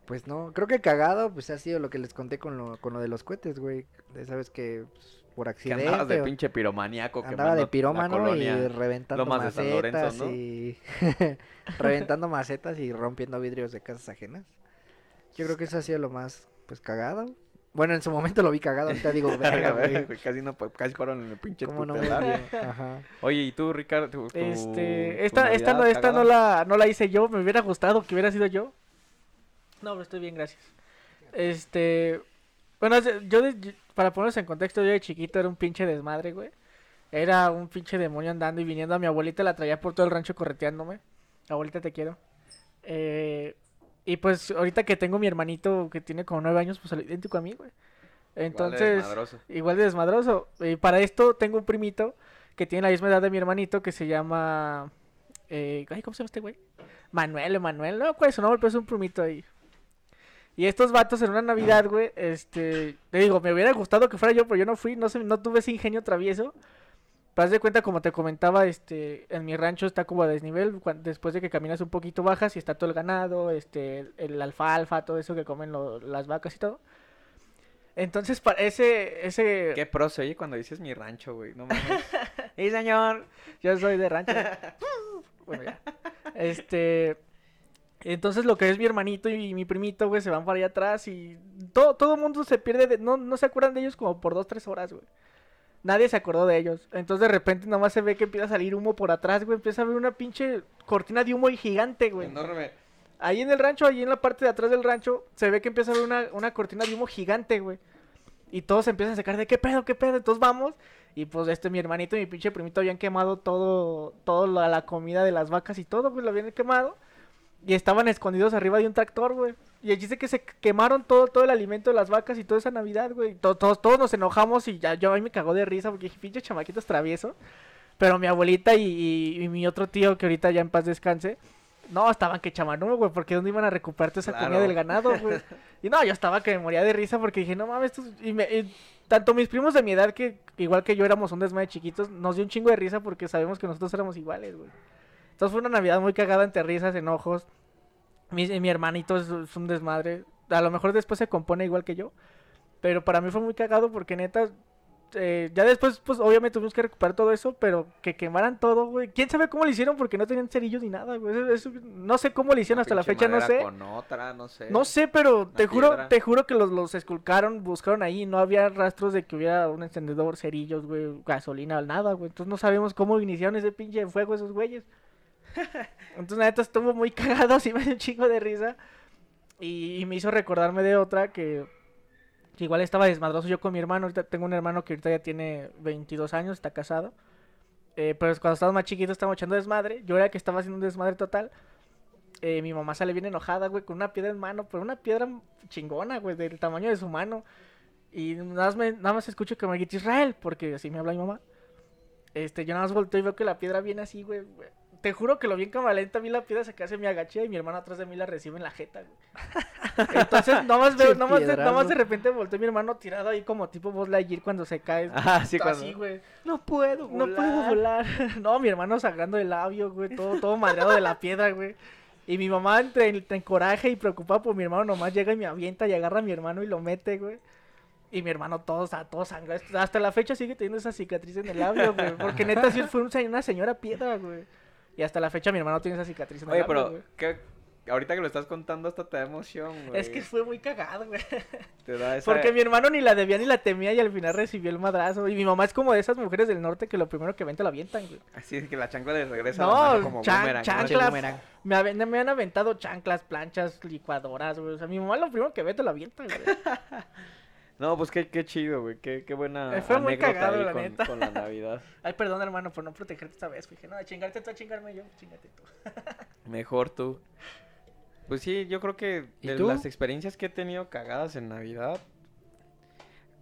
Pues no, creo que cagado, pues ha sido lo que les conté con lo, con lo de los cohetes, güey. De Sabes que pues, por Que accidente. andabas de o- pinche piromaníaco. andaba quemando de la pirómano y colonia. reventando Lomas de macetas San Lorenzo, ¿no? y reventando macetas y rompiendo vidrios de casas ajenas. Yo creo que eso ha sido lo más pues cagado. Bueno, en su momento lo vi cagado, ahorita digo, verga, güey. Güey, casi no, casi fueron en el pinche ¿Cómo no me tutelar. dio? Ajá. Oye, ¿y tú, Ricardo? tu- tu- tu Este, esta, esta, Navidad no, esta cagada? no la, no la hice yo, me hubiera gustado que hubiera sido yo. No, pero estoy bien, gracias. Este, bueno, hace- yo, de- yo- para ponerlos en contexto, yo de chiquito era un pinche desmadre, güey. Era un pinche demonio andando y viniendo a mi abuelita, la traía por todo el rancho correteándome. Abuelita, te quiero. Eh, y pues ahorita que tengo mi hermanito que tiene como nueve años, pues al idéntico a mí, güey. Igual de Entonces... desmadroso. Igual de desmadroso. Y para esto tengo un primito que tiene la misma edad de mi hermanito que se llama... eh, ay, ¿Cómo se llama este güey? Manuel, Manuel. No, ¿cuál es su nombre? Pero es un primito ahí. Y estos vatos en una Navidad, güey, este, te digo, me hubiera gustado que fuera yo, pero yo no fui, no, sé, no tuve ese ingenio travieso. Pero haz de cuenta, como te comentaba, este, en mi rancho está como a desnivel, cuan- después de que caminas un poquito bajas y está todo el ganado, este, el, el alfalfa, todo eso que comen lo- las vacas y todo. Entonces, para ese, ese, Qué pro se oye cuando dices mi rancho, güey. No mames. ¡Sí, señor! Yo soy de rancho. bueno, ya. Este. Entonces lo que es mi hermanito y mi primito, güey, se van para allá atrás y todo, todo mundo se pierde, de- no, no se acuerdan de ellos como por dos, tres horas, güey. Nadie se acordó de ellos. Entonces de repente nomás se ve que empieza a salir humo por atrás, güey. Empieza a haber una pinche cortina de humo y gigante, güey. Enorme. Ahí en el rancho, ahí en la parte de atrás del rancho, se ve que empieza a haber una, una cortina de humo gigante, güey. Y todos se empiezan a sacar de qué pedo, qué pedo. Entonces vamos. Y pues este, mi hermanito y mi pinche primito habían quemado todo, todo la, la comida de las vacas y todo, pues lo habían quemado. Y estaban escondidos arriba de un tractor, güey. Y el chiste es que se quemaron todo, todo el alimento de las vacas y toda esa Navidad, güey. To- Todos, todos nos enojamos y ya yo a mí me cagó de risa porque dije, pinche chamaquitos travieso. Pero mi abuelita y, y- y mi otro tío, que ahorita ya en paz descanse, no, estaban que chamanú, güey, porque ¿dónde iban a recuperar toda esa comida Claro. del ganado, güey? Y no, yo estaba que me moría de risa porque dije, no mames, estos... Y me- y tanto mis primos de mi edad, que igual que yo éramos un desmadre chiquitos, nos dio un chingo de risa porque sabemos que nosotros éramos iguales, güey. Entonces fue una Navidad muy cagada entre risas, enojos. Mi, mi hermanito es, es un desmadre. A lo mejor después se compone igual que yo. Pero para mí fue muy cagado porque neta... eh, ya después, pues obviamente tuvimos que recuperar todo eso, pero que quemaran todo, güey. ¿Quién sabe cómo lo hicieron? Porque no tenían cerillos ni nada, güey. Eso- eso- no sé cómo lo hicieron Una hasta la pinche fecha, no madera sé. Con otra, no sé. No sé, pero te juro, piedra. te juro que los, los esculcaron, buscaron ahí, y no había rastros de que hubiera un encendedor, cerillos, güey, gasolina o nada, güey. Entonces no sabemos cómo iniciaron ese pinche fuego esos güeyes. Entonces la neta estuvo muy cagado, sí me dio un chingo de risa. Y, y me hizo recordarme de otra que, que igual estaba desmadroso yo con mi hermano. Ahorita tengo un hermano que ahorita ya tiene 22 años, está casado. Eh, pero cuando estábamos más chiquitos estábamos echando desmadre. Yo era el que estaba haciendo un desmadre total. Eh, mi mamá sale bien enojada, güey, con una piedra en mano, pero una piedra chingona, güey, del tamaño de su mano. Y nada más, me- nada más escucho que me grita Israel, porque así me habla mi mamá. Este, yo nada más volteo y veo que la piedra viene así, güey. güey. Te juro que lo vi en cámara lenta, vi la piedra sacarse, me agaché y mi hermano atrás de mí la recibe en la jeta, güey. Entonces, nada más veo, Pinche nada más, de, nada piedrazo. más de repente volteo a mi hermano tirado ahí como tipo Buzz Lightyear cuando se cae. Ah, sí, cuando. Así, güey. No puedo, No puedo volar. No, mi hermano sangrando el labio, güey. Todo, todo madreado de la piedra, güey. Y mi mamá entre, entre en coraje y preocupada por mi hermano, nomás llega y me avienta y agarra a mi hermano y lo mete, güey. Y mi hermano todo, sa- todo sangrado. Hasta la fecha sigue teniendo esa cicatriz en el labio, güey. Porque neta sí fue un se- una señora piedra, güey. Y hasta la fecha mi hermano tiene esa cicatriz en el Oye, labio, pero. güey. ¿qué? Ahorita que lo estás contando, hasta te da emoción, güey. Es que fue muy cagado, güey. Te da esa. Porque mi hermano ni la debía ni la temía y al final recibió el madrazo. Y mi mamá es como de esas mujeres del norte que lo primero que ven te la avientan, güey. Así es que la chancla le regresa a la No, mano como chan- boomerang. ¿no? chanclas. Me, aven- me han aventado chanclas, planchas, licuadoras, güey. O sea, mi mamá lo primero que ve te lo avienta, güey. No, pues qué, qué chido, güey. Qué, qué buena Eh, fue muy anécdota cagado, ahí la con, neta. con la Navidad. Ay, perdón, hermano, por no protegerte esta vez. güey. Dije, no, chingarte tú, a chingarme yo, chingate tú. Mejor tú. Pues sí, yo creo que ¿Y de tú? las experiencias que he tenido cagadas en Navidad,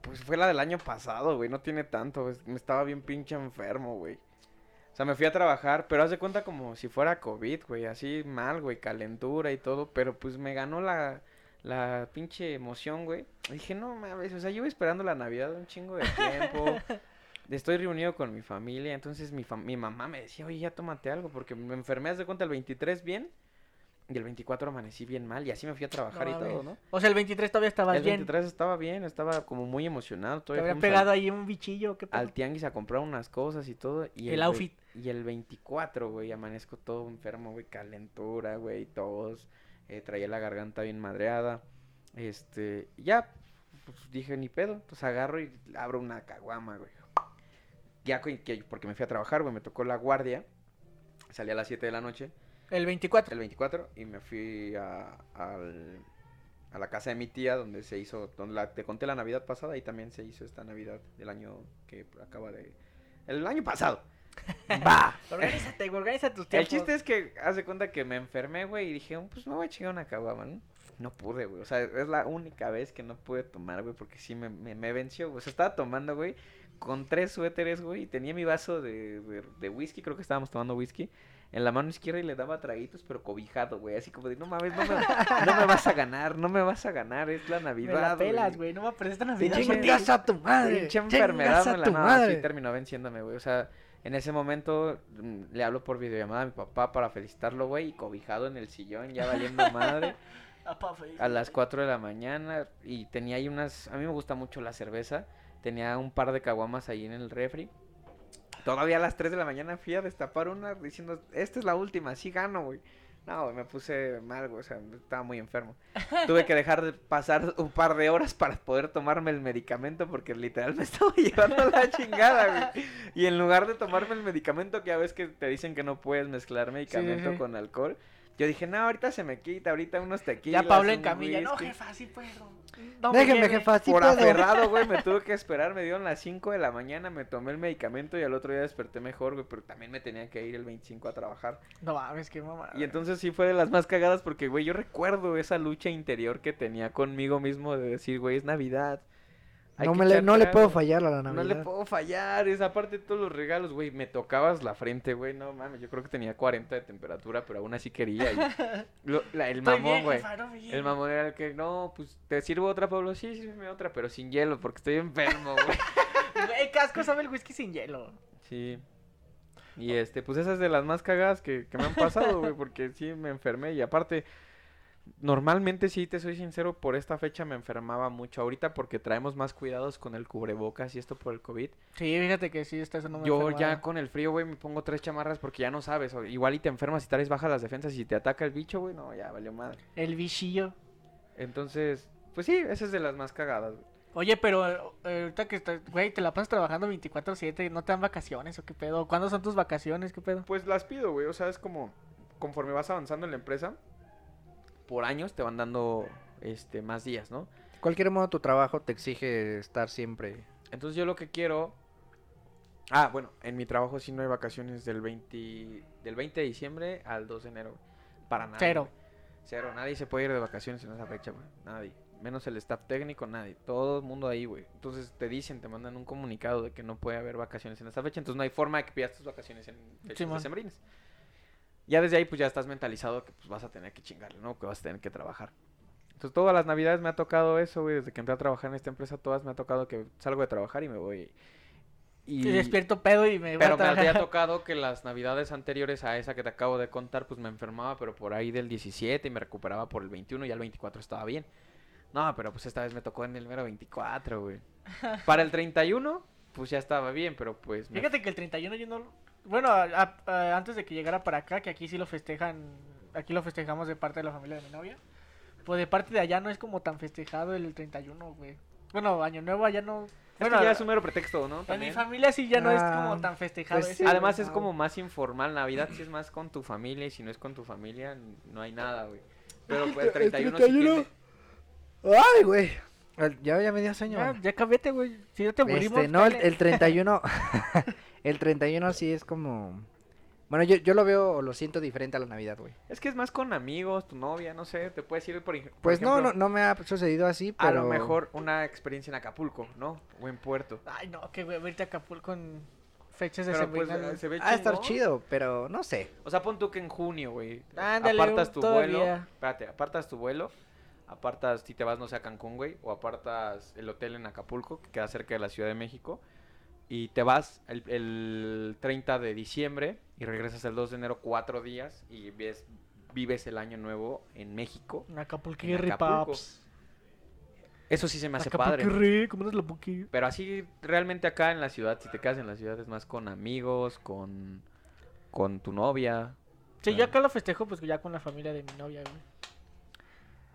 pues fue la del año pasado, güey. No tiene tanto. es- Me estaba bien pinche enfermo, güey. O sea, me fui a trabajar, pero haz de cuenta como si fuera COVID, güey. Así mal, güey. Calentura y todo. Pero pues me ganó la, la pinche emoción, güey. Dije, no mames. O sea, llevo esperando la Navidad un chingo de tiempo. Estoy reunido con mi familia. Entonces mi, fam- mi mamá me decía, oye, ya tómate algo. Porque me enfermé, haz de cuenta, el 23 bien. Y el 24 amanecí bien mal. Y así me fui a trabajar y mames. todo, ¿no? O sea, el 23 todavía estabas El bien. 23 estaba bien, estaba como muy emocionado. Te Todavía habría fuimos al- pegado ahí un bichillo, qué pedo? al tianguis a comprar unas cosas y todo. Y El ve- outfit. Y el 24, güey, amanezco todo enfermo, güey, calentura, güey, tos. eh, traía la garganta bien madreada. Este, ya, pues dije, ni pedo. Entonces agarro y abro una caguama, güey. Ya, que- que- porque me fui a trabajar, güey, me tocó la guardia. Salí a las 7 de la noche, El 24. el 24, y me fui a, al- a la casa de mi tía, donde se hizo, donde la- te conté la Navidad pasada, y también se hizo esta Navidad del año que acaba de... El año pasado. Va. Organízate, güey, organiza tus El tiempos. chiste es que hace cuenta que me enfermé, güey, y dije, pues me voy a chingar una caguama, ¿no? No pude, güey. O sea, es la única vez que no pude tomar, güey, porque sí me, me, me venció. güey. O sea, estaba tomando, güey, con tres suéteres, güey, y tenía mi vaso de, de- de whisky, creo que estábamos tomando whisky, en la mano izquierda y le daba traguitos, pero cobijado, güey, así como de, no mames, no me, no me vas a ganar, no me vas a ganar, es la Me la Navidad, pelas, güey. No me aparece esta Sí, Navidad. chinga. güey. ¡Chingas a tu madre! Pinche ¡Chingas enfermedad a me la tu no, madre! sí terminó venciéndome, güey. O sea, en ese momento mm, le hablo por videollamada a mi papá para felicitarlo, güey, y cobijado en el sillón, ya valiendo madre, Apa, güey. a las 4 de la mañana. Y tenía ahí unas. A mí me gusta mucho la cerveza. Tenía un par de caguamas ahí en el refri. Todavía a las 3 de la mañana fui a destapar una diciendo, esta es la última, sí gano, güey. No, güey, me puse mal, güey, o sea, estaba muy enfermo. Tuve que dejar de pasar un par de horas para poder tomarme el medicamento porque literal me estaba llevando la chingada, güey. Y en lugar de tomarme el medicamento, que ya ves que te dicen que no puedes mezclar medicamento sí. con alcohol, yo dije, no, ahorita se me quita, ahorita unos tequilas. Ya Pablo en un camilla. No, whisky". jefa, sí puedo. No me Déjeme, lleve. jefa, sí pues, Por puedo. aferrado, güey, me tuve que esperar, me dieron las 5 de la mañana, me tomé el medicamento y al otro día desperté mejor, güey, pero también me tenía que ir el 25 a trabajar. No mames, qué mamá. Y entonces sí fue de las más cagadas porque, güey, yo recuerdo esa lucha interior que tenía conmigo mismo de decir, güey, es Navidad. hay No, que me le, echar no le puedo tragos, fallar a la No Navidad. le puedo fallar, es aparte de todos los regalos, güey, me tocabas la frente, güey, no mames, yo creo que tenía 40 de temperatura, pero aún así quería. y lo- la- el Estoy mamón, bien, güey. jefa, no me lleve. El mamón era el que, no, pues, ¿te sirvo otra, Pablo? Sí, sírveme otra, pero sin hielo, porque estoy enfermo, güey. Güey, casco sabe el whisky sin hielo. Sí. Y este, pues esas de las más cagadas que, que me han pasado, güey, porque sí me enfermé. Y aparte, normalmente, sí, te soy sincero, por esta fecha me enfermaba mucho. Ahorita porque traemos más cuidados con el cubrebocas y esto por el COVID. Sí, fíjate que sí, está eso no me ¿eh? Yo ya con el frío, güey, me pongo tres chamarras porque ya no sabes. o Igual y te enfermas y tal vez bajas las defensas y te ataca el bicho, güey, no, ya valió madre. El bichillo. Entonces, pues sí, esas de las más cagadas, güey. Oye, pero eh, ahorita que estás, güey, te la pasas trabajando 24/7, ¿no te dan vacaciones o qué pedo? ¿Cuándo son tus vacaciones? ¿Qué pedo? Pues las pido, güey. O sea, es como conforme vas avanzando en la empresa, por años te van dando este más días, ¿no? Cualquier modo, tu trabajo te exige estar siempre. Entonces yo lo que quiero Ah, bueno, en mi trabajo sí no hay vacaciones del 20 del 20 de diciembre al 2 de enero. güey. Para nada. Cero. Cero, nadie se puede ir de vacaciones en esa fecha, güey. Nadie. Menos el staff técnico, nadie. Todo el mundo ahí, güey. Entonces te dicen, te mandan un comunicado de que no puede haber vacaciones en esta fecha. Entonces no hay forma de que pidas tus vacaciones en fechas Simón. decembrinas. Ya desde ahí, pues ya estás mentalizado que pues, vas a tener que chingarle, ¿no? Que vas a tener que trabajar. Entonces todas las navidades me ha tocado eso, güey. Desde que entré a trabajar en esta empresa, todas me ha tocado que salgo de trabajar y me voy. Y despierto pedo y me voy Pero a me trabajar. había tocado que las navidades anteriores a esa que te acabo de contar, pues me enfermaba, pero por ahí del 17 y me recuperaba por el 21 y al 24 estaba bien. No, pero pues esta vez me tocó en el mero 24, güey. Para el 31, pues ya estaba bien, pero pues... me- Fíjate que el 31 yo no lo- Bueno, a- a- a- antes de que llegara para acá, que aquí sí lo festejan, aquí lo festejamos de parte de la familia de mi novia. Pues de parte de allá no es como tan festejado el 31, güey. Bueno, Año Nuevo allá no... Es que Bueno, ya es un mero pretexto, ¿no? en mi También. familia sí ya no es como Ah, tan festejado. pues ese, sí, güey. Además güey. es como más informal, Navidad sí es más con tu familia y si no es con tu familia, no hay nada, güey. Pero pues el 31 sí tiene- ¡Ay, güey! Al- Ya, ya me dio sueño. Ah, Ya, ya cámbiate, güey. Si ya te morimos... Este, no, el, dale. el 31. el 31 sí es como. Bueno, yo, yo lo veo o lo siento diferente a la Navidad, güey. Es que es más con amigos, tu novia, no sé, te puedes ir por ej- por Pues no, ejemplo- no, no me ha sucedido así, pero. A lo mejor una experiencia en Acapulco, ¿no? O en Puerto. Ay, no, que güey, irte a Acapulco con fechas de Pero pues sembrina, eh, güey. se ve Ha de estar chingón. chido, pero no sé. O sea, pon tú que en junio, güey. Ándale, apartas un- tu vuelo. todavía. Espérate, apartas tu vuelo. Apartas, si te vas, no sé, a Cancún, güey. O apartas el hotel en Acapulco, que queda cerca de la Ciudad de México. Y te vas el, el 30 de diciembre y regresas el 2 de enero cuatro días y ves, vives el año nuevo en México. En Acapulco, pues. en Acapulco. Paps. Eso sí se me hace padre. Acapulquirri, ¿cómo nos lo puqui? Pero así realmente acá en la ciudad, si te quedas en la ciudad es más con amigos, con, con tu novia. Ah. Sí, yo acá lo festejo pues ya con la familia de mi novia, güey.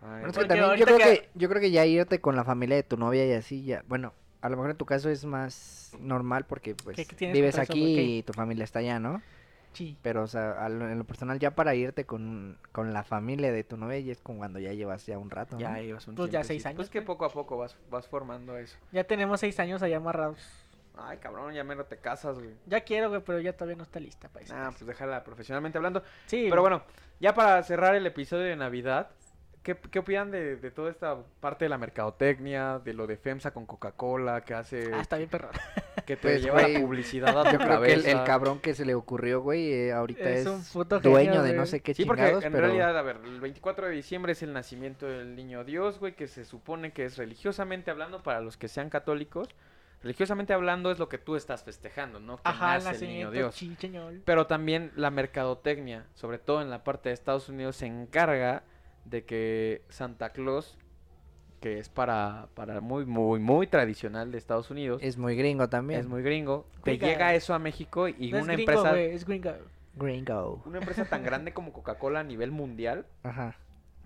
Ay, pues Bueno, es que Porque también ahorita yo, creo que- que... yo creo que ya irte con la familia de tu novia y así, ya. Bueno, a lo mejor en tu caso es más normal porque pues ¿Qué- qué tienes vives contra eso, aquí güey? ¿Qué? y tu familia está allá, ¿no? Sí. Pero, o sea, a lo- en lo personal, ya para irte con, con la familia de tu novia, ya es como cuando ya llevas ya un rato, ¿no? ya llevas un Pues ya tiempecito. seis años, Pues que güey. poco a poco vas, vas formando eso. Ya tenemos seis años allá amarrados. Ay, cabrón, ya menos te casas, güey. Ya quiero, güey, pero ya todavía no está lista para eso. Ah, Nah, pues déjala profesionalmente hablando. sí, Pero bueno, ya para cerrar el episodio de Navidad, ¿Qué, qué opinan de, de toda esta parte de la mercadotecnia, de lo de FEMSA con Coca-Cola, que hace Ah, está bien perro. que te Pues, lleva la güey, publicidad a tu Yo creo que el, el cabeza? cabrón que se le ocurrió, güey, eh, ahorita Es es, un puto dueño genio, de no güey. sé qué Sí, porque en chingados, pero realidad, a ver, el 24 de diciembre es el nacimiento del niño Dios, güey, que se supone que es religiosamente hablando, para los que sean católicos, religiosamente hablando es lo que tú estás festejando, ¿no? Que Ajá, el nace el niño nacimiento Dios. chicheñol. Pero también la mercadotecnia, sobre todo en la parte de Estados Unidos, se encarga de que Santa Claus, que es para, para muy, muy, muy tradicional de Estados Unidos, es, es muy gringo también. muy gringo, te Gringa. llega eso a México y No es una gringo, empresa güey, es gringa. gringo. una empresa tan grande como Coca-Cola a nivel mundial Ajá.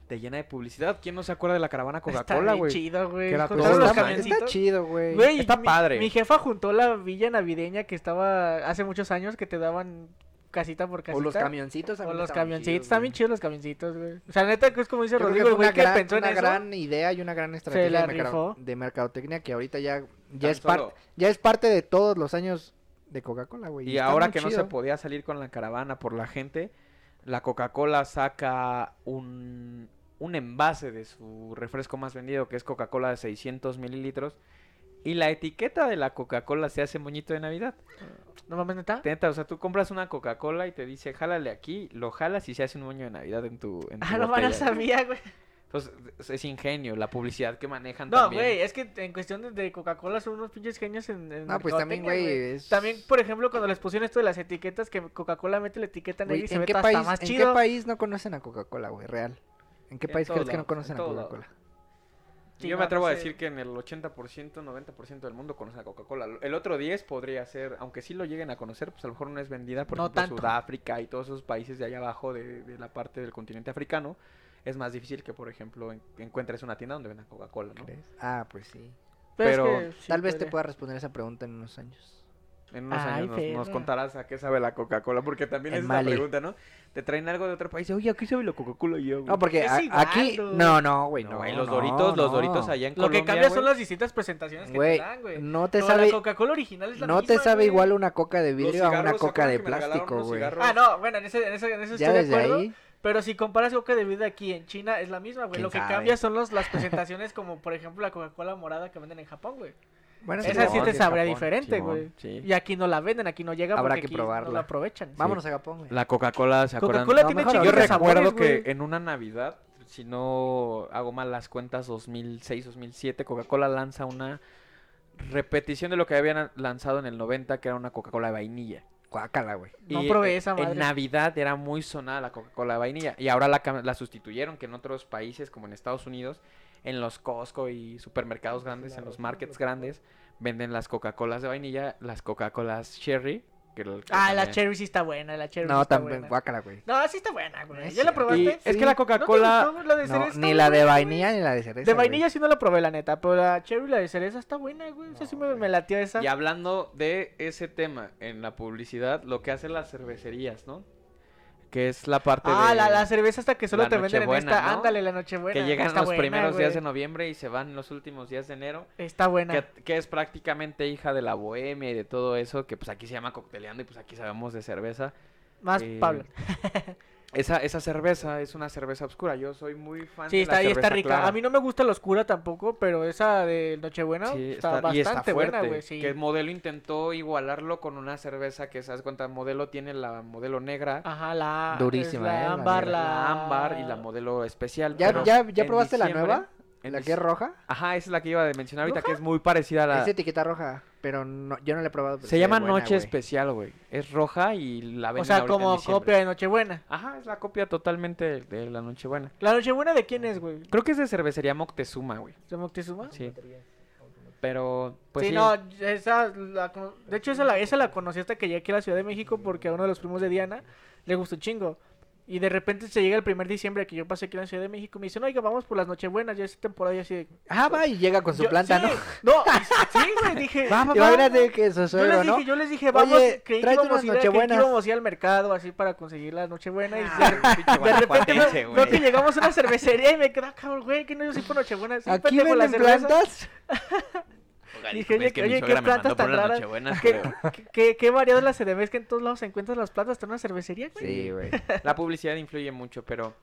te llena de publicidad. ¿Quién no se acuerda de la caravana Está Coca-Cola, bien güey? chido, güey. Que era Con todo todos lo los que- Está camioncitos. chido, güey. Güey, Está mi- padre. Mi jefa juntó la villa navideña que estaba hace muchos años que te daban casita por casita. O los camioncitos O también los estaban camioncitos. chidos, Están güey. bien chidos los camioncitos, güey. O sea, neta que es como dice Yo creo que Rodrigo, el fue güey una que gran, pensó en una eso. gran idea y una gran estrategia la de, mercado- rifó. de mercadotecnia que ahorita ya, ya Tan es parte solo. ya es parte de todos los años de Coca-Cola, güey. Y está ahora muy que no chido. se podía salir con la caravana por la gente, la Coca-Cola saca un, un envase de su refresco más vendido, que es Coca-Cola de 600 mililitros. Y la etiqueta de la Coca-Cola se hace moñito de Navidad. No mames, neta. Tenta, o sea, tú compras una Coca-Cola y te dice, jálale aquí, lo jalas y se hace un moño de Navidad en tu. En tu Ah, no, no botella. sabía, güey. Entonces, es- es ingenio la publicidad que manejan No, también. güey, es que en cuestión de, de Coca-Cola son unos pinches genios en, en No, pues también, mercadotecnia, güey, es- También, por ejemplo, cuando les pusieron esto de las etiquetas, que Coca-Cola mete la etiqueta negra Güey, y se ¿en, ve qué hasta país, más ¿En chido. qué país no conocen a Coca-Cola, güey? Real. ¿En qué En país crees todos que no lados, conocen en a todos lados. Coca-Cola? Sí, Yo no, me atrevo a pues, decir eh, que en el 80%, 90% del mundo conoce a Coca-Cola. Lo- El otro 10 podría ser, aunque sí lo lleguen a conocer, pues a lo mejor no es vendida por No ejemplo, tanto. Sudáfrica y todos esos países de allá abajo de, de la parte del continente africano. Es más difícil que, por ejemplo, en- encuentres una tienda donde vendan Coca-Cola, ¿no? ¿Crees? Ah, pues sí. pero es pero que sí Tal vez te podría. pueda responder esa pregunta en unos años. En unos Ay, años nos, nos perra. contarás a qué sabe la Coca-Cola, porque también En es Mali. la pregunta, ¿no? Te traen algo de otro país, oye, ¿a qué sabe la Coca-Cola Y yo? güey?" No, porque Es a- igual, aquí... dude. No, no, güey, No, no. güey, los no, Doritos, los no. Doritos allá en Lo Colombia, que cambia son güey, las distintas presentaciones que Güey, te dan, güey. no te Pero sabe... La Coca-Cola original es la No misma, te sabe güey. igual una coca de Los vidrio a una cigarros, ¿se coca acuerdan de que me regalaron plástico, unos güey. cigarros? Ah, no, bueno, en, ese, en, ese- en eso Ya estoy de desde acuerdo. ahí... Pero si comparas Coca de vida aquí en China, es la misma, güey. ¿Quién Lo que sabe? cambia son los, las presentaciones, como por ejemplo la Coca-Cola morada que venden en Japón, güey. Bueno, Esa sí Simón. te en sabrá Japón, diferente, Simón, güey. sí. Y aquí no la venden, aquí no llega Habrá porque que aquí no probarla. la aprovechan. Vámonos a Japón, güey. La Coca-Cola, ¿se acuerdan? Coca-Cola No, tiene mejor Yo chingones ahorita. de recuerdo sabores, que güey. eh, en una Navidad, si no hago mal las cuentas, 2006, 2007, Coca-Cola lanza una repetición de lo que habían lanzado en el 90, que era una Coca-Cola de vainilla. Guácala, güey. No probé eh, esa En madre. Navidad era muy sonada la Coca-Cola de vainilla. Y ahora la, cam- la sustituyeron, que en otros países, como en Estados Unidos, en los Costco y supermercados grandes, en los markets grandes, venden las Coca-Colas de vainilla, las Coca-Colas Cherry. Que el- que Ah, la también- cherry sí está buena, la cherry sí No, está también, buena. guácala, güey. No, sí está buena, güey. es ¿Ya la cierto. probaste? Y es que la ¿No te Coca-Cola gustó la de No, cereza? ni la de vainilla ni la de cereza. De güey. vainilla sí no la probé, la neta, pero la cherry, la de cereza está buena, güey. Esa sí me, me latió esa. Y hablando de ese tema en la publicidad, lo que hacen las cervecerías, ¿no? Que es la parte ah, de la, la cerveza hasta que solo la te venden en Nochebuena, esta. ¿no? Ándale, la Nochebuena. que llegan está los buena, primeros días de güey. noviembre y se van los últimos días de enero. Está buena. Que, que es prácticamente hija de la bohemia y de todo eso, que pues aquí se llama cocteleando y pues aquí sabemos de cerveza. Más eh, Pablo. Esa, esa cerveza es una cerveza oscura. Yo soy muy fan Sí, de está la ahí, está cerveza rica. clara. A mí no me gusta la oscura tampoco, pero esa de Nochebuena Sí, está, está- bastante y está fuerte. buena, güey. Sí. Que el modelo intentó igualarlo con una cerveza que, ¿sabes cuánta? Modelo tiene la modelo negra. Ajá, la. Durísima, es eh, La la ámbar, negra. la. la ámbar y la modelo especial. ¿Ya, pero ya, ya en probaste la diciembre- nueva? en ¿La dic- que es roja? Ajá, esa es la que iba a mencionar ahorita, que es muy parecida a la... Es etiqueta roja, pero no, yo no la he probado. pero Se ve llama buena, Noche güey. Especial, güey. Es roja y la O venden sea, ahorita en como diciembre. copia de Nochebuena. Ajá, es la copia totalmente de- de la Nochebuena. ¿La Nochebuena de quién es, güey? Creo que es de cervecería Moctezuma, güey. ¿De Moctezuma? Sí. Pero, pues Ah, sí, sí. no, esa, la cono- de hecho esa la, esa la conocí hasta que llegué aquí a la Ciudad de México porque a uno de los primos de Diana le gustó un chingo. Y de repente se llega el primer diciembre que yo pasé aquí en la Ciudad de México y me dicen, oiga, vamos por las Nochebuenas, ya es temporada y así de... Ah, va y llega con su Yo- planta, sí, ¿no? No, y- sí, güey, dije... Vamos, que su Yo les suegro, dije, ¿no? yo les dije, vamos, Oye, creí, que tráete íbamos unas a ir, a- creí que Nochebuenas. íbamos a ir al mercado así para conseguir la Nochebuena y... Ah, pinche De repente guanajuatense, veo, güey. veo que llegamos a una cervecería y me quedé, "Ah, cabrón, güey, que no yo soy por Nochebuena. Sí, Aquí pendejo, la venden cerveza. plantas. Oiga, dije, disculpe, oye, es que mi oye, ¿qué suegra me plantas mandó tan por las raras? Nochebuenas, ¿Qué, pero- qué- qué, qué variado es la CDB, es que en todos lados encuentras las plantas, hasta en una cervecería, güey. Sí, güey. La publicidad influye mucho, pero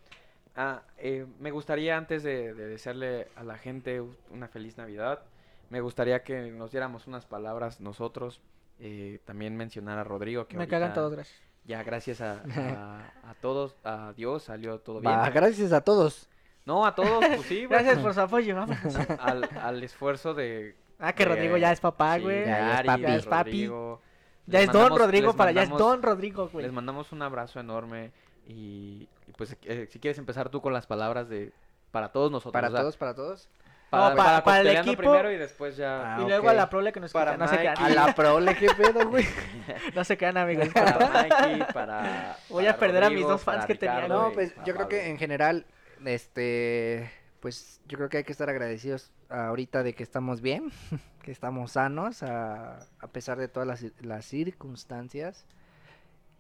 Ah, eh, me gustaría antes de, de desearle a la gente u- una feliz Navidad, me gustaría que nos diéramos unas palabras nosotros, eh, también mencionar a Rodrigo que Me cagan ahorita todos, gracias. Ya gracias a, a- a todos, a Dios salió todo bien. Va, gracias a todos. No, a todos, pues sí, güey, Gracias por su apoyo, vamos. al, al esfuerzo de Ah, que de- Rodrigo ya es papá, sí, güey. de ya, ya es Ari, papi. de Ya es papi. Rodrigo. Les es Don mandamos- Rodrigo les para allá, es mandamos- Don Rodrigo, güey. Les mandamos un abrazo enorme y, y pues eh, si quieres empezar tú con las palabras de para todos nosotros. Para o sea, todos, para todos. Para, No, pa- para, para el Cocteleando equipo. primero y después ya. Ah, y luego a ok. la prole que nos Para quitan. No se Mike. crean, A la prole, qué pedo, güey. no se crean, amigos. Para Mikey, para. Voy para a perder a mis Rodrigo, dos fans para que tenía, Ricardo No, y pues para yo creo que Pablo. en general, este, pues yo creo que hay que estar agradecidos ahorita de que estamos bien, que estamos sanos, a, a pesar de todas las, las circunstancias.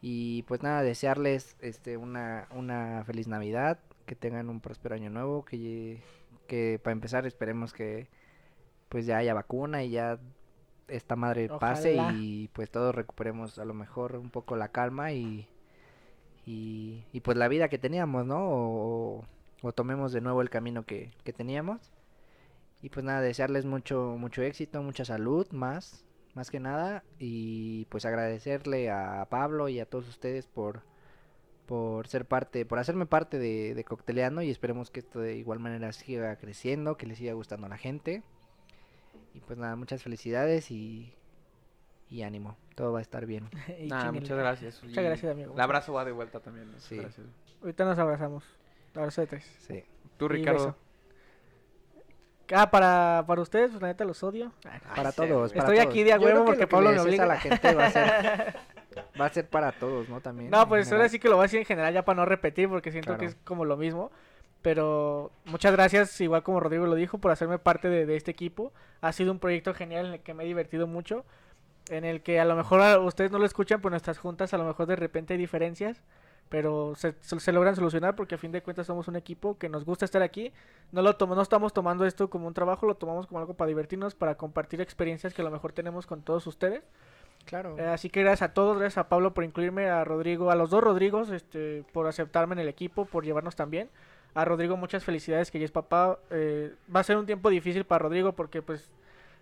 Y pues nada, desearles este, una, una feliz Navidad, que tengan un próspero año nuevo, que, que para empezar esperemos que pues ya haya vacuna y ya esta madre pase Ojalá. y pues todos recuperemos a lo mejor un poco la calma y, y, y, pues la vida que teníamos, ¿no? O, o- o tomemos de nuevo el camino que, que teníamos. Y pues nada, desearles mucho, mucho éxito, mucha salud, más, más que nada. Y pues agradecerle a Pablo y a todos ustedes por, por ser parte, por hacerme parte de, de Cocteleando y esperemos que esto de igual manera siga creciendo, que le siga gustando a la gente. Y pues nada, muchas felicidades y, y ánimo, todo va a estar bien. Y Nah, chíguenle. muchas gracias. Muchas y gracias, amigo. El abrazo va de vuelta también. ¿no? Sí. Gracias. Ahorita nos abrazamos. Abrazo de tres. Sí. Tú, Y Ricardo. beso. Ah, para, para ustedes, pues la neta los odio. Para sí, todos. güey. para Estoy todos. aquí de a Yo creo huevo que porque lo que Pablo le me desees a obliga. la gente va a ser, va a ser para todos, ¿no? También. No, en pues general. ahora sí que lo voy a decir en general ya para no repetir porque siento que Claro. es como lo mismo. Pero muchas gracias, igual como Rodrigo lo dijo, por hacerme parte de, de este equipo. Ha sido un proyecto genial en el que me he divertido mucho. En el que a lo mejor a- ustedes no lo escuchan por nuestras juntas, a lo mejor de repente hay diferencias. Pero se, se- se logran solucionar porque a fin de cuentas somos un equipo que nos gusta estar aquí. No, lo tomo, no estamos tomando esto como un trabajo, lo tomamos como algo para divertirnos, para compartir experiencias que a lo mejor tenemos con todos ustedes. Claro. Eh, Así que gracias a todos, gracias a Pablo por incluirme, a Rodrigo, a los dos Rodrigos, este, por aceptarme en el equipo, por llevarnos también. A Rodrigo muchas felicidades que ya es papá. Eh, va a ser un tiempo difícil para Rodrigo porque pues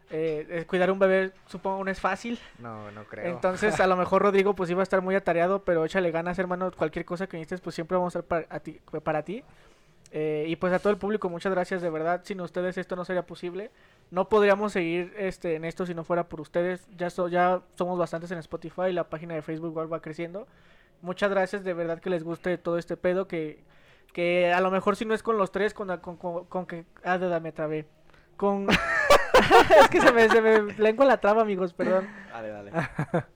eh, eh, cuidar un bebé supongo no es fácil. No, no creo. Entonces a lo mejor Rodrigo pues iba a estar muy atareado, pero échale ganas hermano, cualquier cosa que necesites pues siempre vamos a estar para a ti. Para ti. Eh, y pues a todo el público muchas gracias de verdad, sin ustedes esto no sería posible no podríamos seguir este en esto si no fuera por ustedes. Ya so- ya somos bastantes en Spotify, la página de Facebook igual va creciendo. Muchas gracias, de verdad que les guste todo este pedo que que a lo mejor si no es con los tres con la- con, con, con que ah, duda, me trabé. Con es que se me, se me lengua la traba, amigos, perdón. Dale, dale.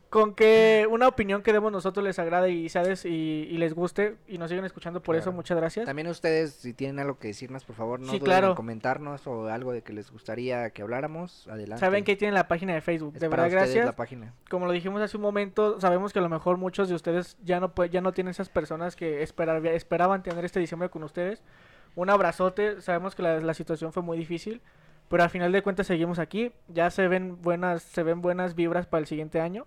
Con que una opinión que demos nosotros les agrade y sabes y, y les guste y nos siguen escuchando por eso, Claro. muchas gracias. También ustedes, si tienen algo que decirnos, por favor, no Sí, duden claro. en comentarnos o algo de que les gustaría que habláramos. Adelante. Saben que ahí tienen la página de Facebook. es de para verdad, ustedes gracias. la página. como lo dijimos hace un momento, sabemos que a lo mejor muchos de ustedes ya no pue- ya no tienen esas personas que esperar- esperaban tener este diciembre con ustedes. Un abrazote, sabemos que la, la situación fue muy difícil, pero al final de cuentas seguimos aquí. Ya se ven buenas se ven buenas vibras para el siguiente año.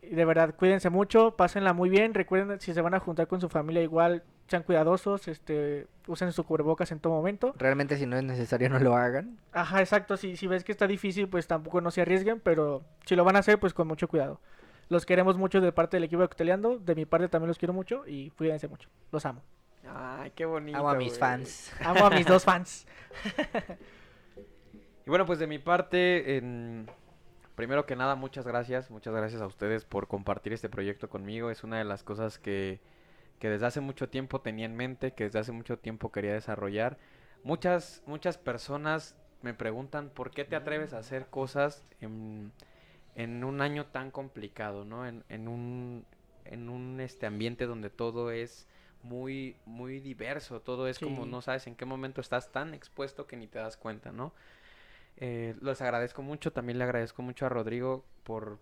Y de verdad, cuídense mucho, pásenla muy bien. Recuerden si se van a juntar con su familia igual, sean cuidadosos, este, usen su cubrebocas en todo momento. Realmente, si no es necesario, no lo hagan. Ajá, exacto. Si, si ves que está difícil, pues tampoco no se arriesguen, pero si lo van a hacer, pues con mucho cuidado. Los queremos mucho de parte del equipo de Cocteleando. De mi parte también los quiero mucho y cuídense mucho. Los amo. Ay, qué bonito. Amo a mis güey. fans. Amo a mis dos fans. Y bueno, pues de mi parte, en- primero que nada, muchas gracias, muchas gracias a ustedes por compartir este proyecto conmigo. Es una de las cosas que, que desde hace mucho tiempo tenía en mente, que desde hace mucho tiempo quería desarrollar. Muchas, muchas personas me preguntan por qué te atreves a hacer cosas en, en un año tan complicado, ¿no? En, en un, en un este ambiente donde todo es muy, muy diverso, todo es como Sí. no sabes en qué momento estás tan expuesto que ni te das cuenta, ¿no? Eh, los agradezco mucho, también le agradezco mucho a Rodrigo por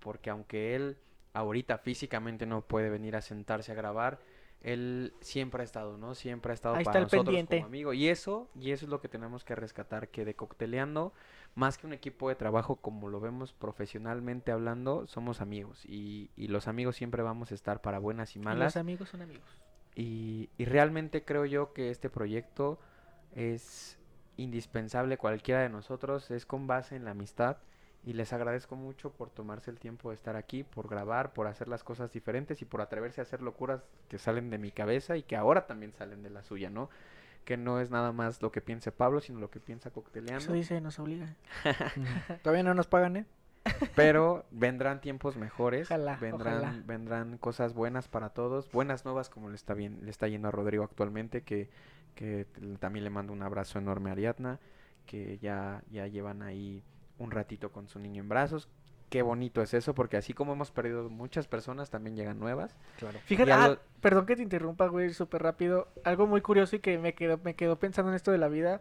porque aunque él ahorita físicamente no puede venir a sentarse a grabar, él siempre ha estado, ¿no? Siempre ha estado Ahí está para el nosotros pendiente. como amigo y eso y eso es lo que tenemos que rescatar que de cocteleando más que un equipo de trabajo como lo vemos profesionalmente hablando, somos amigos y, y los amigos siempre vamos a estar para buenas y Los malas amigos son amigos. Y, y realmente creo yo que este proyecto es indispensable cualquiera de nosotros, es con base en la amistad y les agradezco mucho por tomarse el tiempo de estar aquí, por grabar, por hacer las cosas diferentes y por atreverse a hacer locuras que salen de mi cabeza y que ahora también salen de la suya, ¿no? Que no es nada más lo que piense Pablo, sino lo que piensa Eso Cocteleando. dice, nos obliga. Todavía no nos pagan, ¿eh? Pero vendrán tiempos mejores, Ojalá, vendrán, ojalá. vendrán cosas buenas para todos, buenas nuevas como le está bien, le está yendo a Rodrigo actualmente, que, que t- también le mando un abrazo enorme a Ariadna, que ya, ya llevan ahí un ratito con su niño en brazos. Qué bonito es eso, porque así como hemos perdido muchas personas, también llegan nuevas. Claro. Fíjate, Y ah, algo- perdón que te interrumpa, güey, súper rápido. Algo muy curioso y que me quedó, me quedó pensando en esto de la vida.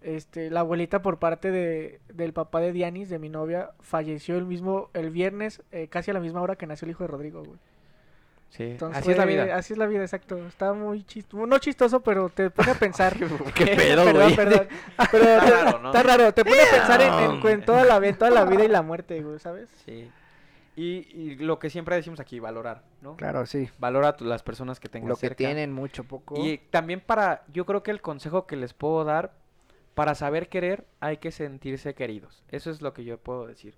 Este, la abuelita por parte de, del papá de Dianis, de mi novia, falleció el mismo, el viernes, eh, casi a la misma hora que nació el hijo de Rodrigo, güey. Sí, Entonces, pues, así es la fue- vida. Así es la vida, exacto. Está muy chistoso, no chistoso, pero te pone a pensar. Qué pedo, Perdón, güey. perdón. Pero te- está, raro, ¿no? te pone a pensar en, en- en toda la, en toda la vida y la muerte, güey, ¿sabes? Sí. Y, y lo que siempre decimos aquí, valorar, ¿no? Claro, sí. Valora a tu- las personas que tengas Lo que cerca. tienen, mucho, poco. Y también para, yo creo que el consejo que les puedo dar, para saber querer hay que sentirse queridos. Eso es lo que yo puedo decir.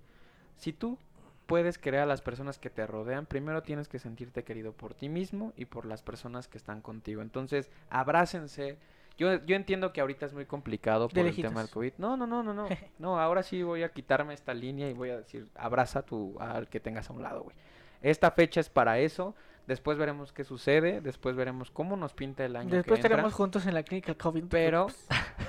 Si tú puedes querer a las personas que te rodean, primero tienes que sentirte querido por ti mismo y por las personas que están contigo. Entonces, abrácense. Yo, yo entiendo que ahorita es muy complicado De por el lejitos. tema del COVID. No, no, no, no, no. No, ahora sí voy a quitarme esta línea y voy a decir, abraza a tu, al que tengas a un lado, güey. Esta fecha es para eso. Después veremos qué sucede. Después veremos cómo nos pinta el año. que Después entra. estaremos juntos en la clínica COVID. Pero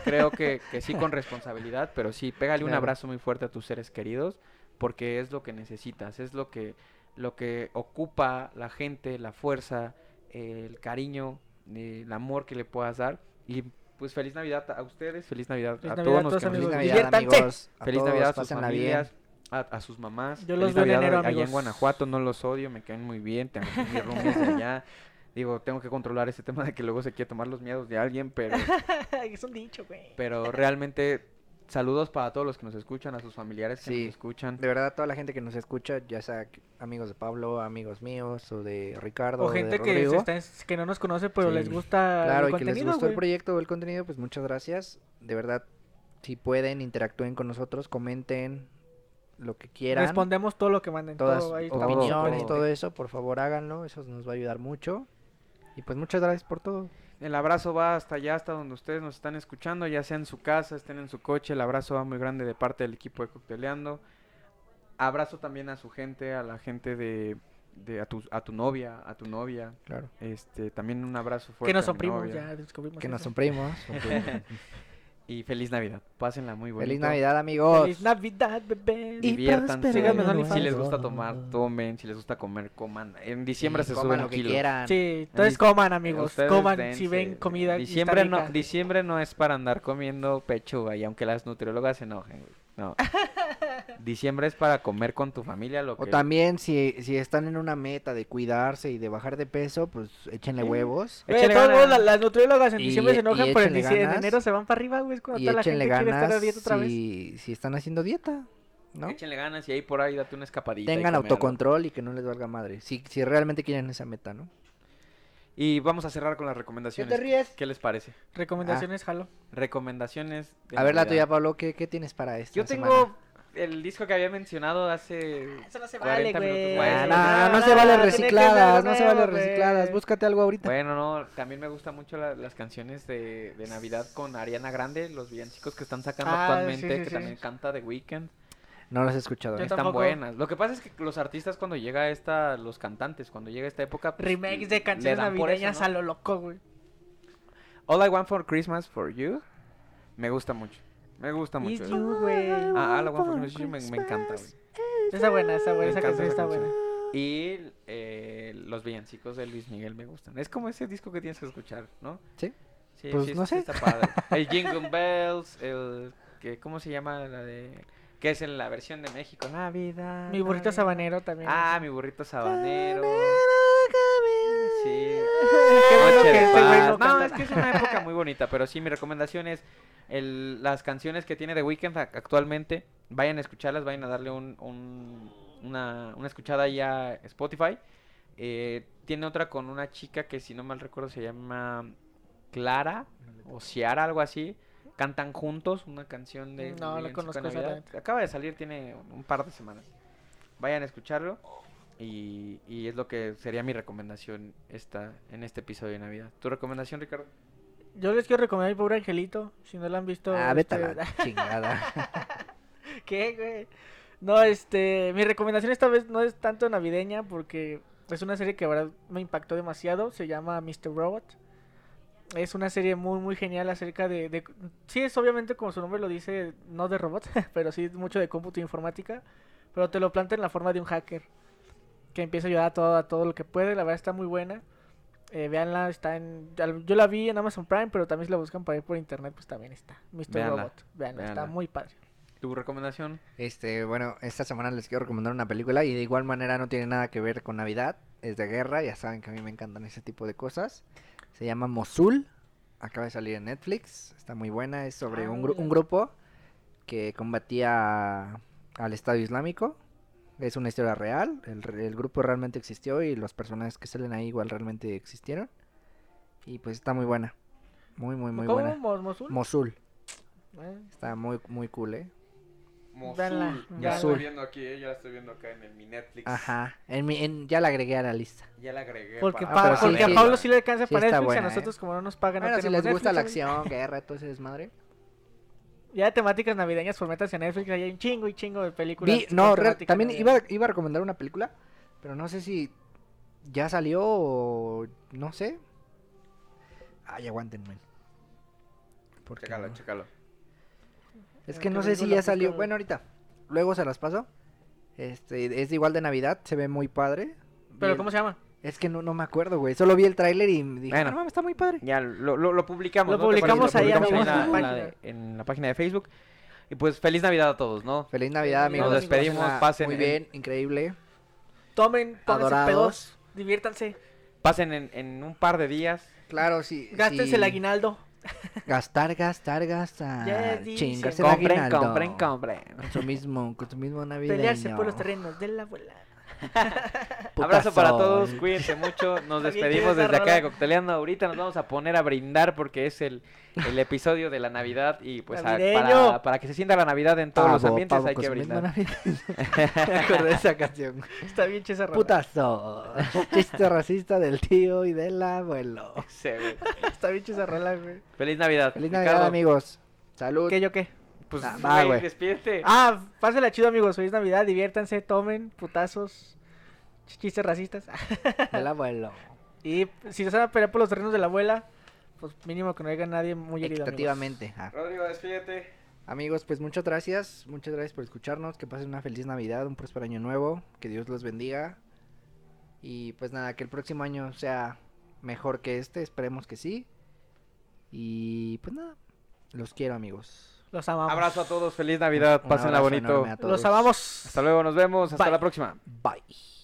creo que, que sí con responsabilidad, pero sí, pégale un Claro. abrazo muy fuerte a tus seres queridos, porque es lo que necesitas, es lo que, lo que ocupa la gente, la fuerza, eh, el cariño, eh, el amor que le puedas dar. Y pues feliz Navidad a ustedes, feliz Navidad Feliz a Navidad todos a los todos, que nos Feliz amigos. escuchan. Navidad, Diviértanse. amigos. A Feliz todos, Navidad a sus pásenla bien. familias, a, a sus mamás. Yo Feliz los veo en Navidad enero, a- allá amigos. en Guanajuato, no los odio, me caen muy bien, tengo mis roomies de allá. Digo, tengo que controlar ese tema de que luego se quiere tomar los miedos de alguien, pero, es un dicho, güey. pero realmente saludos para todos los que nos escuchan, a sus familiares que Sí. nos escuchan. De verdad, toda la gente que nos escucha, ya sea que- amigos de Pablo, amigos míos, o de Ricardo, O gente de que, este, se Rodrigo. está en- que no nos conoce, pero Sí. les gusta Claro, el y que les contenido, gustó el güey. proyecto o el contenido, pues muchas gracias. De verdad, si pueden, interactúen con nosotros, comenten lo que quieran. Respondemos todo lo que manden. todas todo, ahí estamos opiniones, disponibles. todo eso, por favor háganlo, eso nos va a ayudar mucho. Y pues muchas gracias por todo. El abrazo va hasta allá, hasta donde ustedes nos están escuchando, ya sea en su casa, estén en su coche. El abrazo va muy grande de parte del equipo de Cocteleando. Abrazo también a su gente, a la gente de, de- a, tu, a tu novia, a tu novia. Claro. Este, también un abrazo fuerte. Que nos a mi son primos, novia. ya descubrimos. Que nos eso. suprimos. Y feliz Navidad. Pásenla muy bonito. Feliz Navidad, amigos. Feliz Navidad, bebé. Diviértanse. Síganme en OnlyFans. Si les gusta tomar, tomen. Si les gusta comer, coman. En diciembre se Coman suben lo que kilos. quieran. Sí, entonces Ahí- coman, amigos. Ustedes coman si dense. ven comida. y está Diciembre no, rica. diciembre no es para andar comiendo pechuga y aunque las nutriólogas se enojen, güey, no. diciembre es para comer con tu familia lo O que también si, si están en una meta de cuidarse y de bajar de peso, pues échenle huevos. Güey, de Échale todos ganas. modos, la- las nutriólogas en Y- diciembre se enojan, y pero en, échenle dicie- en ganas. enero se van para arriba, güey. Es cuando Y toda la gente échenle quiere estar a ganas dieta otra vez. si, si están haciendo dieta, ¿no? Échenle ganas y ahí por ahí date una escapadita. y Tengan come algo. autocontrol y que no les valga madre. Si, si realmente quieren esa meta, ¿no? Y vamos a cerrar con las recomendaciones. ríes? ¿Qué les parece? Recomendaciones, jalo. Recomendaciones. de A ver la tuya, Navidad. Pablo, ¿qué, qué tienes para esto? Yo tengo el disco que había mencionado hace Eso no se 40 minutos. Ah, no, Bueno, no, no, no, se vale tiene que ser recicladas, algo no se vale nuevo, recicladas. güey. Búscate algo ahorita. Bueno, no, también me gustan mucho la- las canciones de, de Navidad con Ariana Grande, los villancicos que están sacando Ah, sí, actualmente, sí, que sí. también canta The Weeknd. No los he escuchado. Yo ¿eh? están tampoco. buenas. Lo que pasa es que los artistas cuando llega esta, los cantantes, cuando llega esta época... pues, Remakes le de canciones dan por eso, navideñas ¿no? a lo loco, güey. All I Want for Christmas for You me gusta mucho. Me gusta Is mucho. you, güey. Ah, All I Want for Christmas me, me encanta, güey. Está buena, está buena. Me Esa encanta canción esa está canción. buena. Y eh, los villancicos de Luis Miguel me gustan. Es como ese disco que tienes que escuchar, ¿no? Sí. Sí, Pues, sí, no sí sé. está padre. El Jingle Bells, el... que- ¿Cómo se llama la de...? Que es en la versión de México. Navidad. Mi burrito Navidad. sabanero también. Ah, mi burrito sabanero. Sí. Qué bueno Noche que de este güey paz. no No, canta. es que es una época muy bonita, pero sí, mi recomendación es el- las canciones que tiene The Weeknd ac- actualmente. Vayan a escucharlas, vayan a darle un, un- una, una escuchada ahí a Spotify. Eh, Tiene otra con una chica que si no mal recuerdo se llama Clara o Ciara, algo así. Cantan juntos una canción de... Mm, No, Villancico la de conozco Navidad. exactamente. Acaba de salir, tiene un par de semanas. Vayan a escucharlo. Y, y es lo que sería mi recomendación esta, en este episodio de Navidad. ¿Tu recomendación, Ricardo? Yo les quiero recomendar mi pobre angelito, si no lo han visto. Ah, vete a este, la chingada. ¿Qué, güey? No, este, mi recomendación esta vez no es tanto navideña porque es una serie que la verdad me impactó demasiado, se llama Mr. Robot. Es una serie muy, muy genial acerca de, de- Sí, es obviamente como su nombre lo dice, no de robot, pero sí mucho de cómputo e informática, pero te lo plantea en la forma de un hacker que empieza a ayudar a todo, a todo lo que puede, la verdad está muy buena. Eh, véanla, está en... Yo la vi en Amazon Prime, pero también si la buscan por ahí por internet, pues también está. Mr. Véanla, Robot, véanla, está véanla. muy padre. ¿Tu recomendación? Este, bueno, esta semana les quiero recomendar una película y de igual manera no tiene nada que ver con Navidad, es de guerra, ya saben que a mí me encantan ese tipo de cosas. Se llama Mosul, acaba de salir en Netflix, está muy buena, es sobre Ah, un, gru- mira. un grupo que combatía al Estado Islámico. Es una historia real, el, re- el grupo realmente existió y los personajes que salen ahí igual realmente existieron. Y pues está muy buena, muy, muy, muy ¿Cómo? buena. ¿Mos- Mosul? Mosul, Eh, está muy, muy cool, ¿eh? Dala, Mosul. Ya dala. la estoy viendo aquí, eh, ya la estoy viendo acá en, el- mi Netflix. Ajá, en mi- en- ya la agregué a la lista. Ya la agregué. Porque, Ah, pa- pero sí, porque sí. a Pablo sí le alcanza Sí para está Netflix, buena, eh". a nosotros como no nos pagan. no Bueno, si les tenemos gusta la Netflix, acción, guerra, todo ese desmadre. güey. Ya temáticas navideñas, por metas en Netflix, ahí hay un chingo y chingo de películas. Vi, con no, real- temática también navideña. iba, iba a recomendar una película, pero no sé si ya salió o no sé. Ay, aguántenme. Porque Chécalo, no- chécalo. Es Ah, que qué no sé si película, ya pues, salió. claro. Bueno, ahorita. Luego se las paso. Este, es igual de Navidad, se ve muy padre. Pero Bien. ¿cómo se llama? Es que no, no me acuerdo, güey. Solo vi el tráiler y me dije, Bueno. no mames, está muy padre. Ya, lo, lo- lo publicamos. Lo ¿no? ¿Te parece? publicamos Lo ahí, publicamos amigos, en, en la, en la la de- en la página de Facebook. Y pues feliz Navidad a todos, ¿no? Feliz Navidad, Nos amigos. despedimos, pásenla pasen Muy el- bien, increíble. Tomen, pónganse Adorados. pedos, diviértanse, Pasen en, en un par de días. Claro, sí. gástense sí. el aguinaldo. Gastar, gastar, gastar. Ya dicen. Chingarse el Compren, aguinaldo. compren, compren. Consumismo, consumismo navideño. Pelearse por los terrenos de la abuela. Abrazo para Putazón. todos, cuídense mucho. ¿Alguien Nos despedimos quiere desde acá de rola? Cocteleando. Ahorita nos vamos a poner a brindar porque es el, el episodio de la Navidad. Y pues a- para, Navideño. para que se sienta la Navidad en todos los Pavo, ambientes Ah, pavo, hay que consumismo brindar. navideño. Me acordé de esa canción. Está bien chesa rola. Putazo. Chiste racista del tío y del abuelo. Sí, güey. Está bien chesa rola, güey. Feliz Navidad. Feliz Ricardo, Navidad, amigos. Salud. ¿Qué, yo qué? Pues, Ah, va, güey, güey. despídete. Ah, pásenla chido, amigos. Feliz Navidad, diviértanse, tomen, putazos, ch- chistes racistas. Del abuelo. Y si se van a pelear por los terrenos de la abuela, pues mínimo que no haya nadie muy herido. amigos. Equitativamente. Ah. Rodrigo, despídete. Amigos, pues muchas gracias. Muchas gracias por escucharnos. Que pasen una feliz Navidad, un próspero año nuevo. Que Dios los bendiga. Y pues nada, que el próximo año sea mejor que este. Esperemos que sí. Y pues nada, los quiero, amigos. Los amamos. Abrazo a todos. Feliz Navidad. Un Pásenla abrazo bonito. enorme a todos. Los amamos. Hasta luego. Nos vemos. Hasta Bye. la próxima. Bye.